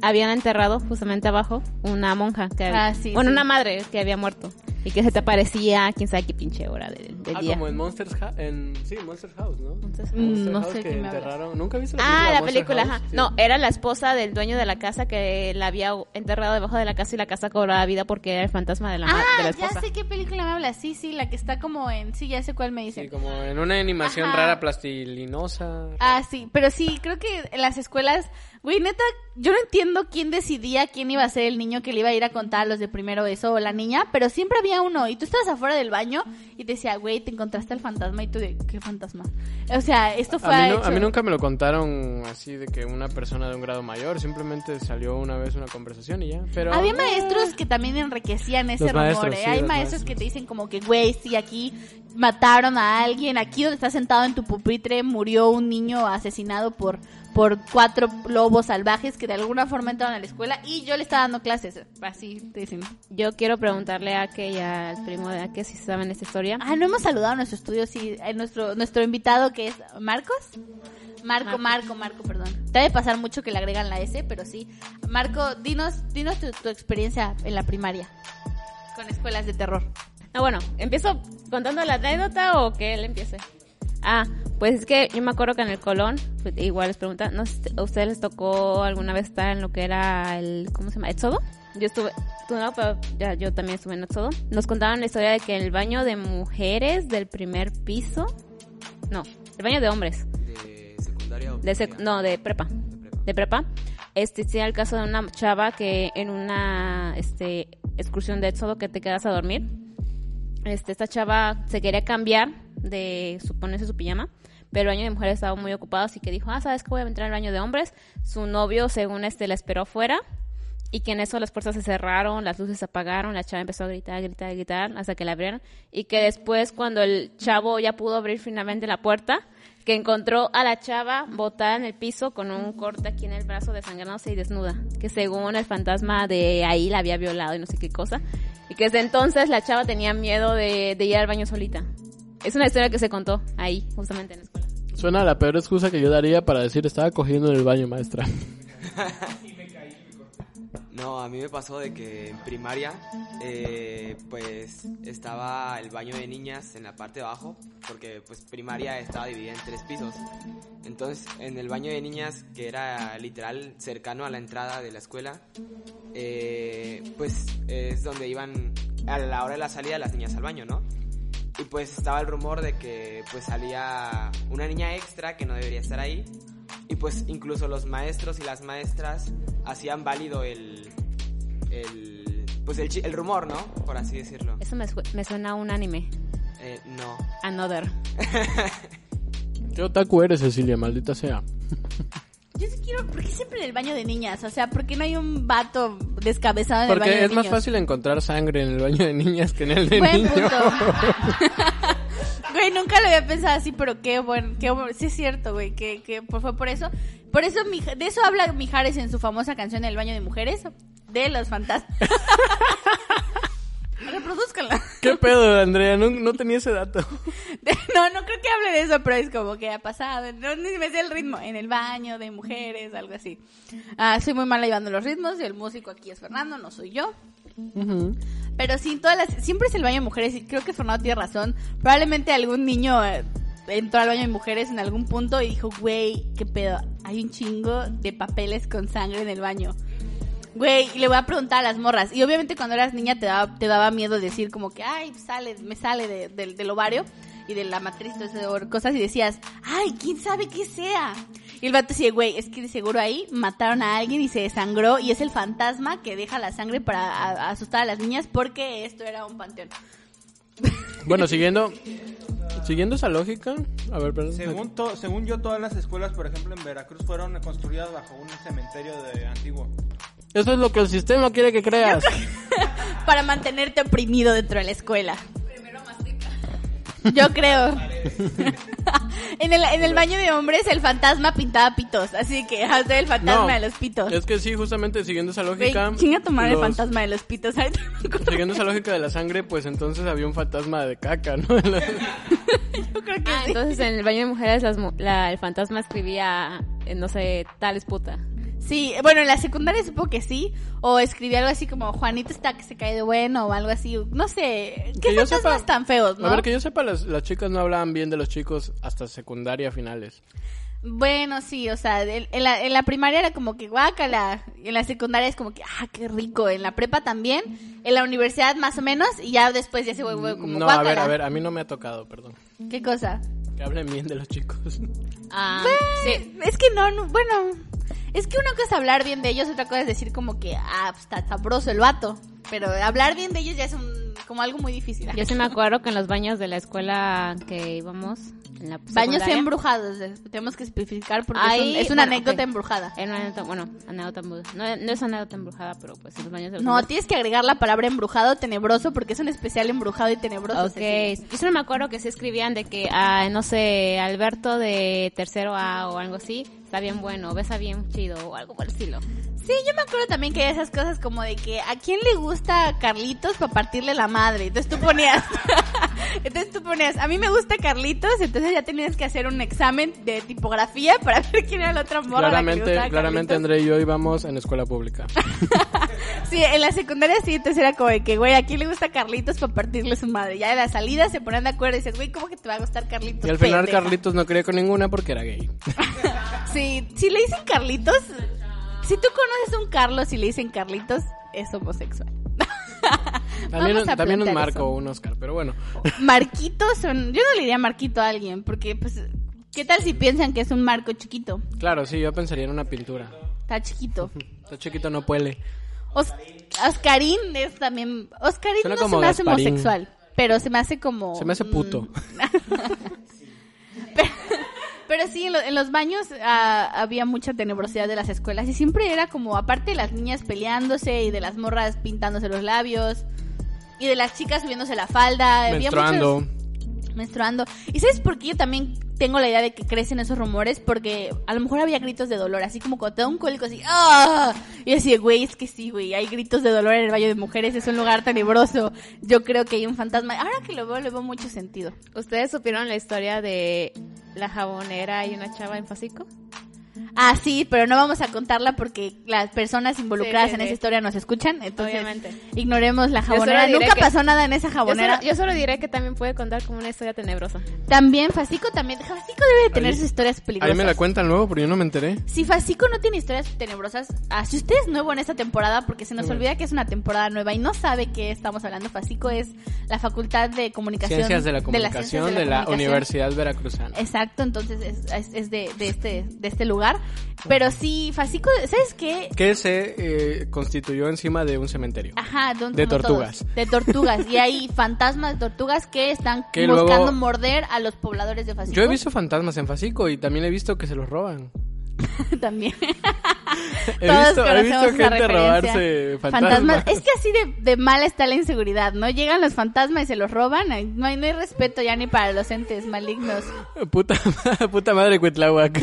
[SPEAKER 3] habían enterrado justamente abajo una monja que había,
[SPEAKER 2] Ah, sí,
[SPEAKER 3] bueno,
[SPEAKER 2] sí.
[SPEAKER 3] una madre que había muerto y que se te aparecía quién sabe qué pinche hora del, del
[SPEAKER 4] Ah,
[SPEAKER 3] día.
[SPEAKER 4] como en Monsters House. Sí, Monsters House, ¿no?
[SPEAKER 3] Entonces,
[SPEAKER 2] Mm, no sé
[SPEAKER 4] que
[SPEAKER 2] qué me hablas.
[SPEAKER 4] enterraron. ¿Nunca viste
[SPEAKER 3] Ah, la
[SPEAKER 4] Monster
[SPEAKER 3] película,
[SPEAKER 4] House?
[SPEAKER 3] ajá.
[SPEAKER 4] Sí.
[SPEAKER 3] No, era la esposa del dueño de la casa que la había enterrado debajo de la casa y la casa cobraba vida porque era el fantasma eh, de la, ma- de la
[SPEAKER 2] Ah, ya
[SPEAKER 3] esposa.
[SPEAKER 2] sé qué película me habla. Sí, sí, la que está como en. Sí, ya sé cuál me dicen.
[SPEAKER 4] Sí, como en una animación
[SPEAKER 2] Ajá.
[SPEAKER 4] rara, plastilinosa.
[SPEAKER 2] Ah, sí, pero sí, creo que en las escuelas, güey, neta, yo no entiendo quién decidía quién iba a ser el niño que le iba a ir a contar a los de primero eso o la niña, pero siempre había uno y tú estabas afuera del baño y te decía, güey, te encontraste al fantasma y tú de, ¿qué fantasma? O sea, esto fue...
[SPEAKER 4] A mí, no-
[SPEAKER 2] hecho-
[SPEAKER 4] a mí nunca me lo contaron así de que una persona de un grado mayor, simplemente salió una vez una conversación y ya. Pero
[SPEAKER 2] Había maestros que también enriquecían ese
[SPEAKER 4] Los
[SPEAKER 2] rumor,
[SPEAKER 4] maestros,
[SPEAKER 2] ¿eh?
[SPEAKER 4] sí,
[SPEAKER 2] Hay
[SPEAKER 4] los
[SPEAKER 2] maestros
[SPEAKER 4] maestros.
[SPEAKER 2] que te dicen como que, güey, sí, aquí mataron a alguien, aquí donde estás sentado en tu pupitre murió un niño asesinado por, por cuatro lobos salvajes que de alguna forma entraron a la escuela y yo le estaba dando clases. Así te dicen.
[SPEAKER 3] Yo quiero preguntarle a que y al primo de Ake si saben esta historia.
[SPEAKER 2] Ah, no hemos saludado a nuestro estudio, sí, a nuestro, nuestro invitado que es Marcos. Marco, Marco, Marco, perdón. Te debe pasar mucho que le agregan la S, pero sí. Marco, dinos, dinos tu, tu experiencia en la primaria con escuelas de terror.
[SPEAKER 3] No, Ah, bueno, ¿empiezo contando la anécdota o que él empiece? Ah, pues es que yo me acuerdo que en el Colón, pues, igual les preguntan, no sé si a ustedes les tocó alguna vez estar en lo que era el, ¿cómo se llama? ¿Éxodo? Yo estuve, tú no, pero ya, yo también estuve en Éxodo. Nos contaban la historia de que en el baño de mujeres del primer piso, no, el baño de hombres,
[SPEAKER 6] ¿De secundaria o
[SPEAKER 3] de sec-
[SPEAKER 6] primaria?
[SPEAKER 3] no, de prepa,
[SPEAKER 6] De prepa.
[SPEAKER 3] de prepa, este sí el caso de una chava que en una este excursión de éxodo que te quedas a dormir. Este, esta chava se quería cambiar de suponerse su pijama, pero el baño de mujeres estaba muy ocupado, así que dijo, ah, sabes que voy a entrar al baño de hombres. Su novio, según este, la esperó afuera, y que en eso las puertas se cerraron, las luces se apagaron, la chava empezó a gritar, gritar, gritar, hasta que la abrieron. Y que después, cuando el chavo ya pudo abrir finalmente la puerta, que encontró a la chava botada en el piso con un corte aquí en el brazo desangrándose y desnuda. Que según el fantasma de ahí la había violado y no sé qué cosa. Y que desde entonces la chava tenía miedo de, de ir al baño solita. Es una historia que se contó ahí, justamente en la escuela.
[SPEAKER 4] Suena a la peor excusa que yo daría para decir estaba cogiendo en el baño, maestra.
[SPEAKER 6] No, a mí me pasó de que en primaria, eh, pues estaba el baño de niñas en la parte de abajo, porque pues primaria estaba dividida en tres pisos. Entonces, en el baño de niñas, que era literal cercano a la entrada de la escuela, eh, pues es donde iban a la hora de la salida las niñas al baño, ¿no? Y pues estaba el rumor de que pues salía una niña extra que no debería estar ahí. Y pues incluso los maestros y las maestras hacían válido el. el pues el, chi- el rumor, ¿no? Por así decirlo.
[SPEAKER 3] Eso me, sue- me suena a un anime.
[SPEAKER 6] Eh, no.
[SPEAKER 3] Another.
[SPEAKER 4] ¿Qué otaku eres, Cecilia? Maldita sea.
[SPEAKER 2] Yo sí quiero, ¿por qué siempre en el baño de niñas? O sea, ¿por qué no hay un vato descabezado en el baño
[SPEAKER 4] Porque
[SPEAKER 2] de
[SPEAKER 4] es más
[SPEAKER 2] niños?
[SPEAKER 4] fácil encontrar sangre en el baño de niñas que en el de
[SPEAKER 2] Buen
[SPEAKER 4] niños.
[SPEAKER 2] punto. güey, nunca lo había pensado así, pero qué bueno, qué bueno. Sí es cierto, güey, que, que por- fue por eso. Por eso, Mija- de eso habla Mijares en su famosa canción El baño de mujeres, de los fantasmas. Reproduzcanla.
[SPEAKER 4] ¿Qué pedo, Andrea? No, no tenía ese dato.
[SPEAKER 2] De- No, no creo que hable de eso, pero es como que ha pasado. No, ni me sé el ritmo. En el baño, de mujeres, algo así. Ah, soy muy mala llevando los ritmos. El músico aquí es Fernando, no soy yo. Pero sí, todas las, siempre es el baño de mujeres y creo que Fernando tiene razón. Probablemente algún niño eh, entró al baño de mujeres en algún punto y dijo, güey, qué pedo, hay un chingo de papeles con sangre en el baño. Güey, y le voy a preguntar a las morras. Y pues obviamente cuando eras niña te daba, te daba miedo decir como que, ay, sale, me sale de- del- del ovario. y de la matriz y todo ese or- cosas y decías, ay, quién sabe qué sea. Y el vato decía, güey, es que de seguro ahí mataron a alguien y se desangró y es el fantasma que deja la sangre para a- asustar a las niñas porque esto era un panteón.
[SPEAKER 4] Bueno, siguiendo siguiendo esa lógica, a ver, perdón.
[SPEAKER 5] Según, to- según yo, todas las escuelas, por ejemplo, en Veracruz fueron construidas bajo un cementerio de antiguo.
[SPEAKER 4] Eso es lo que el sistema quiere que creas.
[SPEAKER 2] Para mantenerte oprimido dentro de la escuela. Yo creo. en, el, en el baño de hombres el fantasma pintaba pitos, así que hazte el fantasma
[SPEAKER 4] No,
[SPEAKER 2] de los pitos.
[SPEAKER 4] Es que sí, justamente siguiendo esa
[SPEAKER 2] Güey,
[SPEAKER 4] lógica.
[SPEAKER 2] chinga tu madre el
[SPEAKER 4] los-
[SPEAKER 2] fantasma de los pitos. Ay, te lo juro.
[SPEAKER 4] Siguiendo esa lógica de la sangre, pues entonces había un fantasma de caca, ¿no?
[SPEAKER 2] Yo creo que
[SPEAKER 3] Ah,
[SPEAKER 2] sí.
[SPEAKER 3] entonces en el baño de mujeres las mu- la- el fantasma escribía, eh, no sé, tal es puta.
[SPEAKER 2] Sí, bueno, en la secundaria supongo que sí. O escribí algo así como Juanito está que se cae de bueno o algo así. No sé. ¿Qué
[SPEAKER 4] Que yo
[SPEAKER 2] fantasmas
[SPEAKER 4] sepa-
[SPEAKER 2] tan feos, no?
[SPEAKER 4] A ver, que yo sepa, las, las chicas no hablaban bien de los chicos hasta secundaria finales.
[SPEAKER 2] Bueno, sí, o sea, del- en la, en la primaria era como que guácala. y En la secundaria es como que, ah, qué rico. En la prepa también. En la universidad más o menos. Y ya después ya se vuelve como
[SPEAKER 4] no,
[SPEAKER 2] guácala.
[SPEAKER 4] a ver, a ver, a mí no me ha tocado, perdón.
[SPEAKER 2] ¿Qué cosa?
[SPEAKER 4] Que hablen bien de los chicos.
[SPEAKER 3] Ah, sí.
[SPEAKER 2] Es que no, no- bueno, es que una cosa es hablar bien de ellos, otra cosa es decir como que, ah, pues, está sabroso el vato. Pero hablar bien de ellos ya es un, como algo muy difícil.
[SPEAKER 3] Yo sí me acuerdo que en los baños de la escuela que íbamos, en la
[SPEAKER 2] Baños
[SPEAKER 3] secundaria,
[SPEAKER 2] embrujados, eh, tenemos que especificar porque
[SPEAKER 3] Ahí-
[SPEAKER 2] es, un- es una
[SPEAKER 3] bueno,
[SPEAKER 2] anécdota
[SPEAKER 3] ok.
[SPEAKER 2] embrujada.
[SPEAKER 3] Era una anécdota, bueno, anécdota embrujada. No, no es anécdota embrujada, pero pues en los baños de los
[SPEAKER 2] No,
[SPEAKER 3] hombres.
[SPEAKER 2] tienes que agregar la palabra embrujado, tenebroso, porque es un especial embrujado y tenebroso. Cecilia.
[SPEAKER 3] Ok, yo solo me acuerdo que sí escribían de que, ah, no sé, Alberto de tercero A o algo así, está bien bueno, besa bien chido o algo por el estilo.
[SPEAKER 2] Sí, yo me acuerdo también que hay esas cosas como de que a quién le gusta Carlitos para partirle la madre. Entonces tú ponías, entonces tú ponías, a mí me gusta Carlitos, entonces ya tenías que hacer un examen de tipografía para ver quién era la otra morra. a la que le
[SPEAKER 4] claramente,
[SPEAKER 2] gustaba
[SPEAKER 4] claramente
[SPEAKER 2] Carlitos.
[SPEAKER 4] André y yo íbamos en escuela pública.
[SPEAKER 2] Sí, en la secundaria sí, entonces era como de que, güey, ¿a quién le gusta Carlitos para partirle su madre? Ya en la salida se ponían de acuerdo y dices, güey, ¿cómo que te va a gustar Carlitos?
[SPEAKER 4] y al final
[SPEAKER 2] pendeja?"
[SPEAKER 4] Carlitos no quería con ninguna porque era gay.
[SPEAKER 2] Sí, si le dicen Carlitos, si tú conoces un Carlos y le dicen Carlitos, es homosexual.
[SPEAKER 4] También,
[SPEAKER 2] Vamos a
[SPEAKER 4] también un
[SPEAKER 2] plantear
[SPEAKER 4] Marco
[SPEAKER 2] eso.
[SPEAKER 4] o un Oscar, pero bueno.
[SPEAKER 2] Marquito son, yo no le diría Marquito a alguien, porque pues, ¿qué tal si piensan que es un marco chiquito?
[SPEAKER 4] Claro, sí, yo pensaría en una pintura.
[SPEAKER 2] Está chiquito.
[SPEAKER 4] Está chiquito, no puede.
[SPEAKER 2] Os- Oscarín es también, Oscarín
[SPEAKER 4] Suena
[SPEAKER 2] no se
[SPEAKER 4] como
[SPEAKER 2] me hace
[SPEAKER 4] Gasparín.
[SPEAKER 2] homosexual, pero se me hace como... mm,
[SPEAKER 4] Se me hace puto.
[SPEAKER 2] Pero, pero sí, en, lo- en los baños ah, había mucha tenebrosidad de las escuelas y siempre era como, aparte de las niñas peleándose y de las morras pintándose los labios y de las chicas subiéndose la falda, había
[SPEAKER 4] menstruando.
[SPEAKER 2] muchos- menstruando. ¿Y sabes por qué yo también tengo la idea de que crecen esos rumores? Porque a lo mejor había gritos de dolor, así como cuando te da un cólico así, ¡ah! Y yo decía, güey, es que sí, güey, hay gritos de dolor en el baño de mujeres, es un lugar tenebroso. Yo creo que hay un fantasma. Ahora que lo veo, le veo mucho sentido.
[SPEAKER 3] ¿Ustedes supieron la historia de la jabonera y una chava en Fasico?
[SPEAKER 2] Ah, sí, pero no vamos a contarla porque las personas involucradas
[SPEAKER 3] Sí, sí,
[SPEAKER 2] en esa
[SPEAKER 3] sí.
[SPEAKER 2] historia nos escuchan, entonces
[SPEAKER 3] Obviamente.
[SPEAKER 2] ignoremos la jabonera.
[SPEAKER 3] solo diré
[SPEAKER 2] Nunca
[SPEAKER 3] que-
[SPEAKER 2] pasó nada en esa
[SPEAKER 3] Yo solo,
[SPEAKER 2] jabonera.
[SPEAKER 3] yo solo diré que también puede contar como una historia tenebrosa.
[SPEAKER 2] También Facico también, Facico debe de tener
[SPEAKER 4] Ahí-
[SPEAKER 2] sus historias
[SPEAKER 4] Ahí
[SPEAKER 2] peligrosas.
[SPEAKER 4] me la cuentan luego porque yo no me enteré.
[SPEAKER 2] Si Facico no tiene historias tenebrosas, ah, si usted es nuevo en esta temporada, porque se nos
[SPEAKER 4] Muy bien.
[SPEAKER 2] olvida que es una temporada nueva y no sabe qué estamos hablando, Facico es la Facultad de Comunicación
[SPEAKER 4] Ciencias de la
[SPEAKER 2] las
[SPEAKER 4] Comunicación
[SPEAKER 2] Ciencias
[SPEAKER 4] de la,
[SPEAKER 2] Comunicación.
[SPEAKER 4] Universidad Veracruzana.
[SPEAKER 2] Exacto, entonces es, es- es de, de este, de este lugar. Pero sí, Facico, ¿sabes qué?
[SPEAKER 4] Que se eh, constituyó encima de un cementerio.
[SPEAKER 2] Ajá, don-
[SPEAKER 4] De
[SPEAKER 2] como
[SPEAKER 4] tortugas.
[SPEAKER 2] todos. de tortugas. Y hay fantasmas de tortugas que están
[SPEAKER 4] Que luego-
[SPEAKER 2] buscando morder a los pobladores de Facico.
[SPEAKER 4] Yo he visto fantasmas en Facico y también he visto que se los roban.
[SPEAKER 2] también.
[SPEAKER 4] He
[SPEAKER 2] Todos
[SPEAKER 4] visto, he visto
[SPEAKER 2] conocemos esa
[SPEAKER 4] gente
[SPEAKER 2] referencia.
[SPEAKER 4] robarse fantasmas.
[SPEAKER 2] Es que así de, de mala está la inseguridad, ¿no? Llegan los fantasmas y se los roban. Ay, No hay, no hay respeto ya ni para los entes malignos.
[SPEAKER 4] Puta, ma- puta madre Cuitláhuac.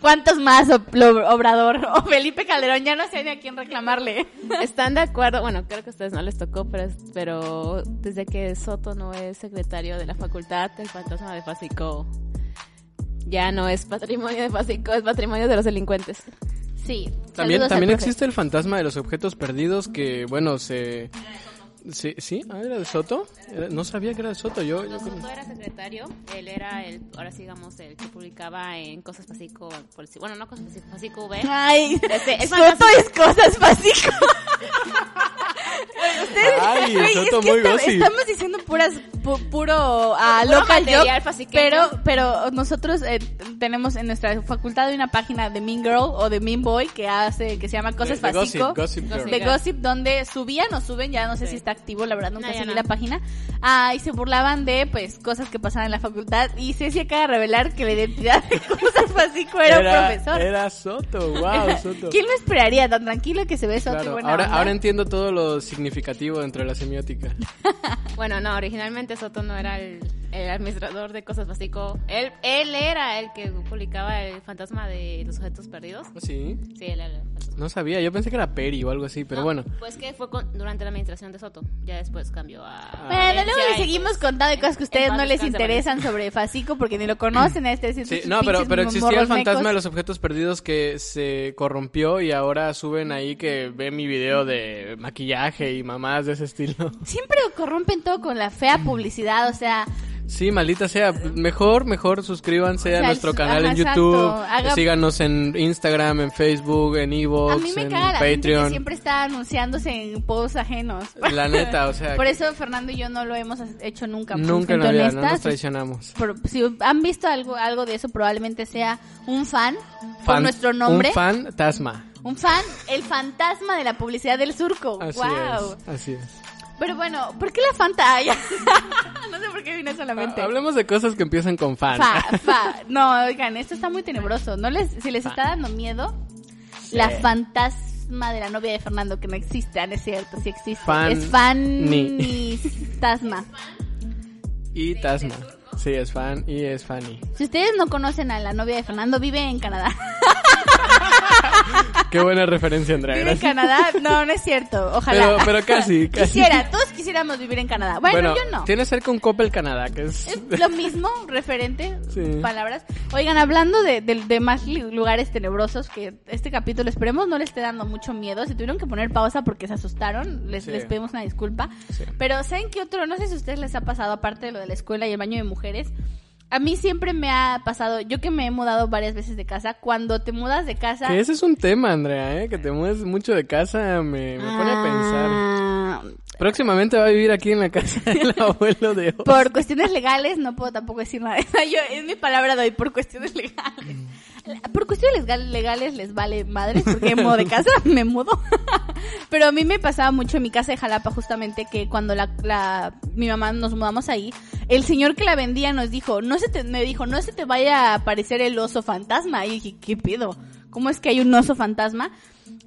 [SPEAKER 2] ¿Cuántos más, Ob- lo- Obrador? O Felipe Calderón, ya no sé ni a quién reclamarle.
[SPEAKER 3] ¿Están de acuerdo? Bueno, creo que a ustedes no les tocó, pero, es- pero desde que Soto no es secretario de la facultad, el fantasma de Fasico ya no es patrimonio de Fasico, es patrimonio de los delincuentes.
[SPEAKER 2] Sí. saludos
[SPEAKER 4] También,
[SPEAKER 2] al
[SPEAKER 4] también
[SPEAKER 2] profe.
[SPEAKER 4] existe el fantasma de los objetos perdidos que, bueno, se... Sí, sí, ah, era de Soto. Era- no sabía que era de Soto. Yo, yo-
[SPEAKER 3] Soto era secretario, él era el, ahora sí digamos, el que publicaba en Cosas Fasico, bueno, no Cosas Fasico, Fasico V.
[SPEAKER 2] Ay,
[SPEAKER 3] Este, es
[SPEAKER 2] Soto es cosas Facico. Ustedes,
[SPEAKER 4] Ay,
[SPEAKER 2] güey, es
[SPEAKER 4] Soto
[SPEAKER 2] que
[SPEAKER 4] muy
[SPEAKER 2] esta-
[SPEAKER 4] gossip.
[SPEAKER 2] estamos diciendo puras, pu- puro ah,
[SPEAKER 3] Puro
[SPEAKER 2] local
[SPEAKER 3] material
[SPEAKER 2] joke,
[SPEAKER 3] fasiqueño.
[SPEAKER 2] pero, pero nosotros eh, tenemos en nuestra facultad una página de Mean Girl o de Mean Boy que hace, que se llama Cosas
[SPEAKER 4] de gossip,
[SPEAKER 2] Fasico.
[SPEAKER 4] gossip girl.
[SPEAKER 2] de Gossip donde subían o suben, ya no sé
[SPEAKER 3] Sí.
[SPEAKER 2] si está activo, la verdad nunca
[SPEAKER 3] No, ya
[SPEAKER 2] seguí
[SPEAKER 3] no.
[SPEAKER 2] la página. Ah, y se burlaban de pues cosas que pasaban en la facultad y Ceci acaba de revelar que la identidad de cosas Fasico era, un profesor.
[SPEAKER 4] Era Soto, wow, Soto.
[SPEAKER 2] ¿Quién lo esperaría tan tranquilo que se ve Soto y
[SPEAKER 4] Claro,
[SPEAKER 2] buena
[SPEAKER 4] ahora,
[SPEAKER 2] onda?
[SPEAKER 4] ahora entiendo todo lo significativo dentro de la semiótica.
[SPEAKER 3] Bueno, no, originalmente Soto no era el, el administrador de cosas básico. Él, él era el que publicaba el fantasma de los objetos perdidos.
[SPEAKER 4] Sí,
[SPEAKER 3] Sí, él era el fantasma.
[SPEAKER 4] no sabía, yo pensé que era Peri o algo así, pero
[SPEAKER 3] No,
[SPEAKER 4] bueno.
[SPEAKER 3] Pues que fue con- durante la administración de Soto. Ya después cambió a.
[SPEAKER 4] Ah.
[SPEAKER 2] Bueno,
[SPEAKER 3] Valencia
[SPEAKER 2] luego le
[SPEAKER 3] y,
[SPEAKER 2] seguimos
[SPEAKER 3] pues,
[SPEAKER 2] contando de cosas que a ustedes
[SPEAKER 3] en paz
[SPEAKER 2] no les
[SPEAKER 3] descanse,
[SPEAKER 2] interesan sobre Facico porque ni lo conocen a este
[SPEAKER 4] Sí, no, pero, pero existía el fantasma de los objetos perdidos que se corrompió y ahora suben ahí que ve mi video de maquillaje y mamás de ese estilo.
[SPEAKER 2] Siempre corrompen todo con la fea publicidad, o sea,
[SPEAKER 4] Sí, maldita sea. Mejor, mejor suscríbanse
[SPEAKER 2] O sea,
[SPEAKER 4] a nuestro
[SPEAKER 2] su-
[SPEAKER 4] canal
[SPEAKER 2] ajá,
[SPEAKER 4] en YouTube.
[SPEAKER 2] exacto. Haga-
[SPEAKER 4] Síganos en Instagram, en Facebook, en
[SPEAKER 2] a
[SPEAKER 4] Evox,
[SPEAKER 2] mí me
[SPEAKER 4] en
[SPEAKER 2] caga la gente que
[SPEAKER 4] Patreon.
[SPEAKER 2] siempre está anunciándose en posts ajenos.
[SPEAKER 4] La neta, o sea,
[SPEAKER 2] Por eso Fernando y yo no lo hemos hecho nunca. pues,
[SPEAKER 4] nunca en
[SPEAKER 2] siento
[SPEAKER 4] la vida, no
[SPEAKER 2] honesta,
[SPEAKER 4] nos
[SPEAKER 2] si-
[SPEAKER 4] traicionamos.
[SPEAKER 2] pues, por- si han visto algo algo de eso, probablemente sea un fan, por
[SPEAKER 4] Fan-
[SPEAKER 2] nuestro nombre.
[SPEAKER 4] Un fan Tasma.
[SPEAKER 2] Un fan, el fantasma de la publicidad del surco.
[SPEAKER 4] Así
[SPEAKER 2] wow.
[SPEAKER 4] es, así es.
[SPEAKER 2] Pero bueno, ¿por qué la Fanta? Ay, no sé por qué vine solamente.
[SPEAKER 4] Ha- Hablemos de cosas que empiezan con fan.
[SPEAKER 2] Fa, fa. No, oigan, esto está muy tenebroso. No les, si les está dando miedo, la fantasma de la novia de Fernando, que no existe, ah, no es cierto, sí existe.
[SPEAKER 4] Fan-
[SPEAKER 2] es
[SPEAKER 4] ni.
[SPEAKER 2] fantasma.
[SPEAKER 4] y Tasma. Sí, es fan y es Fanny.
[SPEAKER 2] Si ustedes no conocen a la novia de Fernando, vive en Canadá.
[SPEAKER 4] Qué buena referencia, Andrea.
[SPEAKER 2] Vive en
[SPEAKER 4] Gracias.
[SPEAKER 2] Canadá, no, no es cierto, ojalá.
[SPEAKER 4] Pero, pero casi, casi.
[SPEAKER 2] Quisiera, todos quisiéramos vivir en Canadá. Bueno, yo no.
[SPEAKER 4] Tiene cerca un Coppel Canadá, que es...
[SPEAKER 2] Es lo mismo, referente,
[SPEAKER 4] Sí.
[SPEAKER 2] palabras. Oigan, hablando de, de- de más li- lugares tenebrosos, que este capítulo esperemos no le esté dando mucho miedo. Si tuvieron que poner pausa porque se asustaron, les,
[SPEAKER 4] Sí.
[SPEAKER 2] les pedimos una disculpa.
[SPEAKER 4] Sí.
[SPEAKER 2] Pero ¿saben qué otro? No sé si a ustedes les ha pasado, aparte de lo de la escuela y el baño de mujeres. A mí siempre me ha pasado, yo que me he mudado varias veces de casa, cuando te mudas de casa...
[SPEAKER 4] Que ese es un tema, Andrea, ¿eh? Que te mueves mucho de casa, me, me pone a pensar.
[SPEAKER 2] Ah,
[SPEAKER 4] Próximamente va a vivir aquí en la casa del abuelo de... Oz.
[SPEAKER 2] Por cuestiones legales no puedo tampoco decir nada. Yo, es mi palabra doy por cuestiones legales. Por cuestiones legal- legales les vale madres porque mudo de casa, me mudo. Pero a mí me pasaba mucho en mi casa de Jalapa justamente que cuando la, la- mi mamá nos mudamos ahí, el señor que la vendía nos dijo, no se te, me dijo, no se te vaya a aparecer el oso fantasma. Y dije, ¿qué pido? ¿Cómo es que hay un oso fantasma?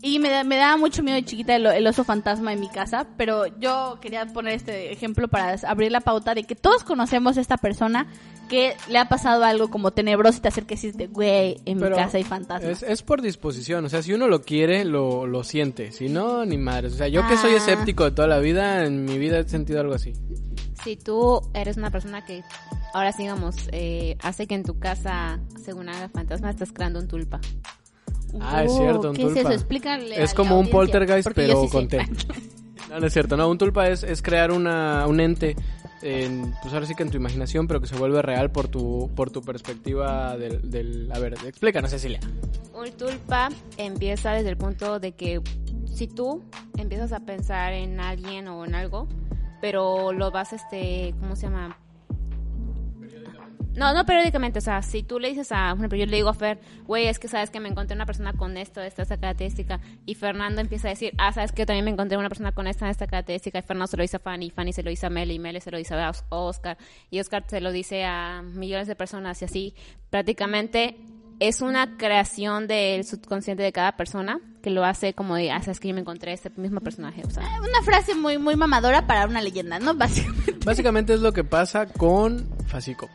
[SPEAKER 2] Y me, da- me daba mucho miedo de chiquita el, o- el oso fantasma en mi casa, pero yo quería poner este ejemplo para s- abrir la pauta de que todos conocemos a esta persona que le ha pasado algo como tenebroso y te acerques y dices, güey, en
[SPEAKER 4] Pero
[SPEAKER 2] mi casa hay fantasmas.
[SPEAKER 4] Es, es por disposición, o sea, si uno lo quiere, lo, lo siente, si no, ni madres. O sea, yo que soy
[SPEAKER 2] Ah.
[SPEAKER 4] escéptico de toda la vida, en mi vida he sentido algo así.
[SPEAKER 3] Si tú eres una persona que, ahora sigamos, eh, hace que en tu casa, según haga fantasma, estás creando un tulpa.
[SPEAKER 4] Ah, es cierto, un
[SPEAKER 2] ¿Qué es
[SPEAKER 4] tulpa.
[SPEAKER 2] eso? Explícale. a
[SPEAKER 4] Es
[SPEAKER 2] la
[SPEAKER 4] como un
[SPEAKER 2] audiencia,
[SPEAKER 4] poltergeist,
[SPEAKER 2] porque yo
[SPEAKER 4] pero
[SPEAKER 2] sí sé.
[SPEAKER 4] con té. No, no es cierto. No, un tulpa es, es crear una, un ente, en, pues ahora sí que en tu imaginación, pero que se vuelve real por tu, por tu perspectiva del, del... A ver, explícanos, Cecilia.
[SPEAKER 3] Un tulpa empieza desde el punto de que si tú empiezas a pensar en alguien o en algo, pero lo vas, este, ¿cómo se llama? No, no periódicamente, o sea, si tú le dices a, por ejemplo, yo le digo a Fer, güey, es que sabes que me encontré una persona con esto, esta, esta característica, y Fernando empieza a decir, ah, sabes que yo también me encontré una persona con esta, esta característica, y Fernando se lo dice a Fanny, Fanny se lo dice a Meli, y Meli se lo dice a Os- Oscar, y Oscar se lo dice a millones de personas, y así, prácticamente es una creación del subconsciente de cada persona que lo hace como de, ah, sabes que yo me encontré este mismo personaje, o sea.
[SPEAKER 2] Una frase muy, muy mamadora para una leyenda, ¿no? Básicamente.
[SPEAKER 4] Básicamente es lo que pasa con Facico.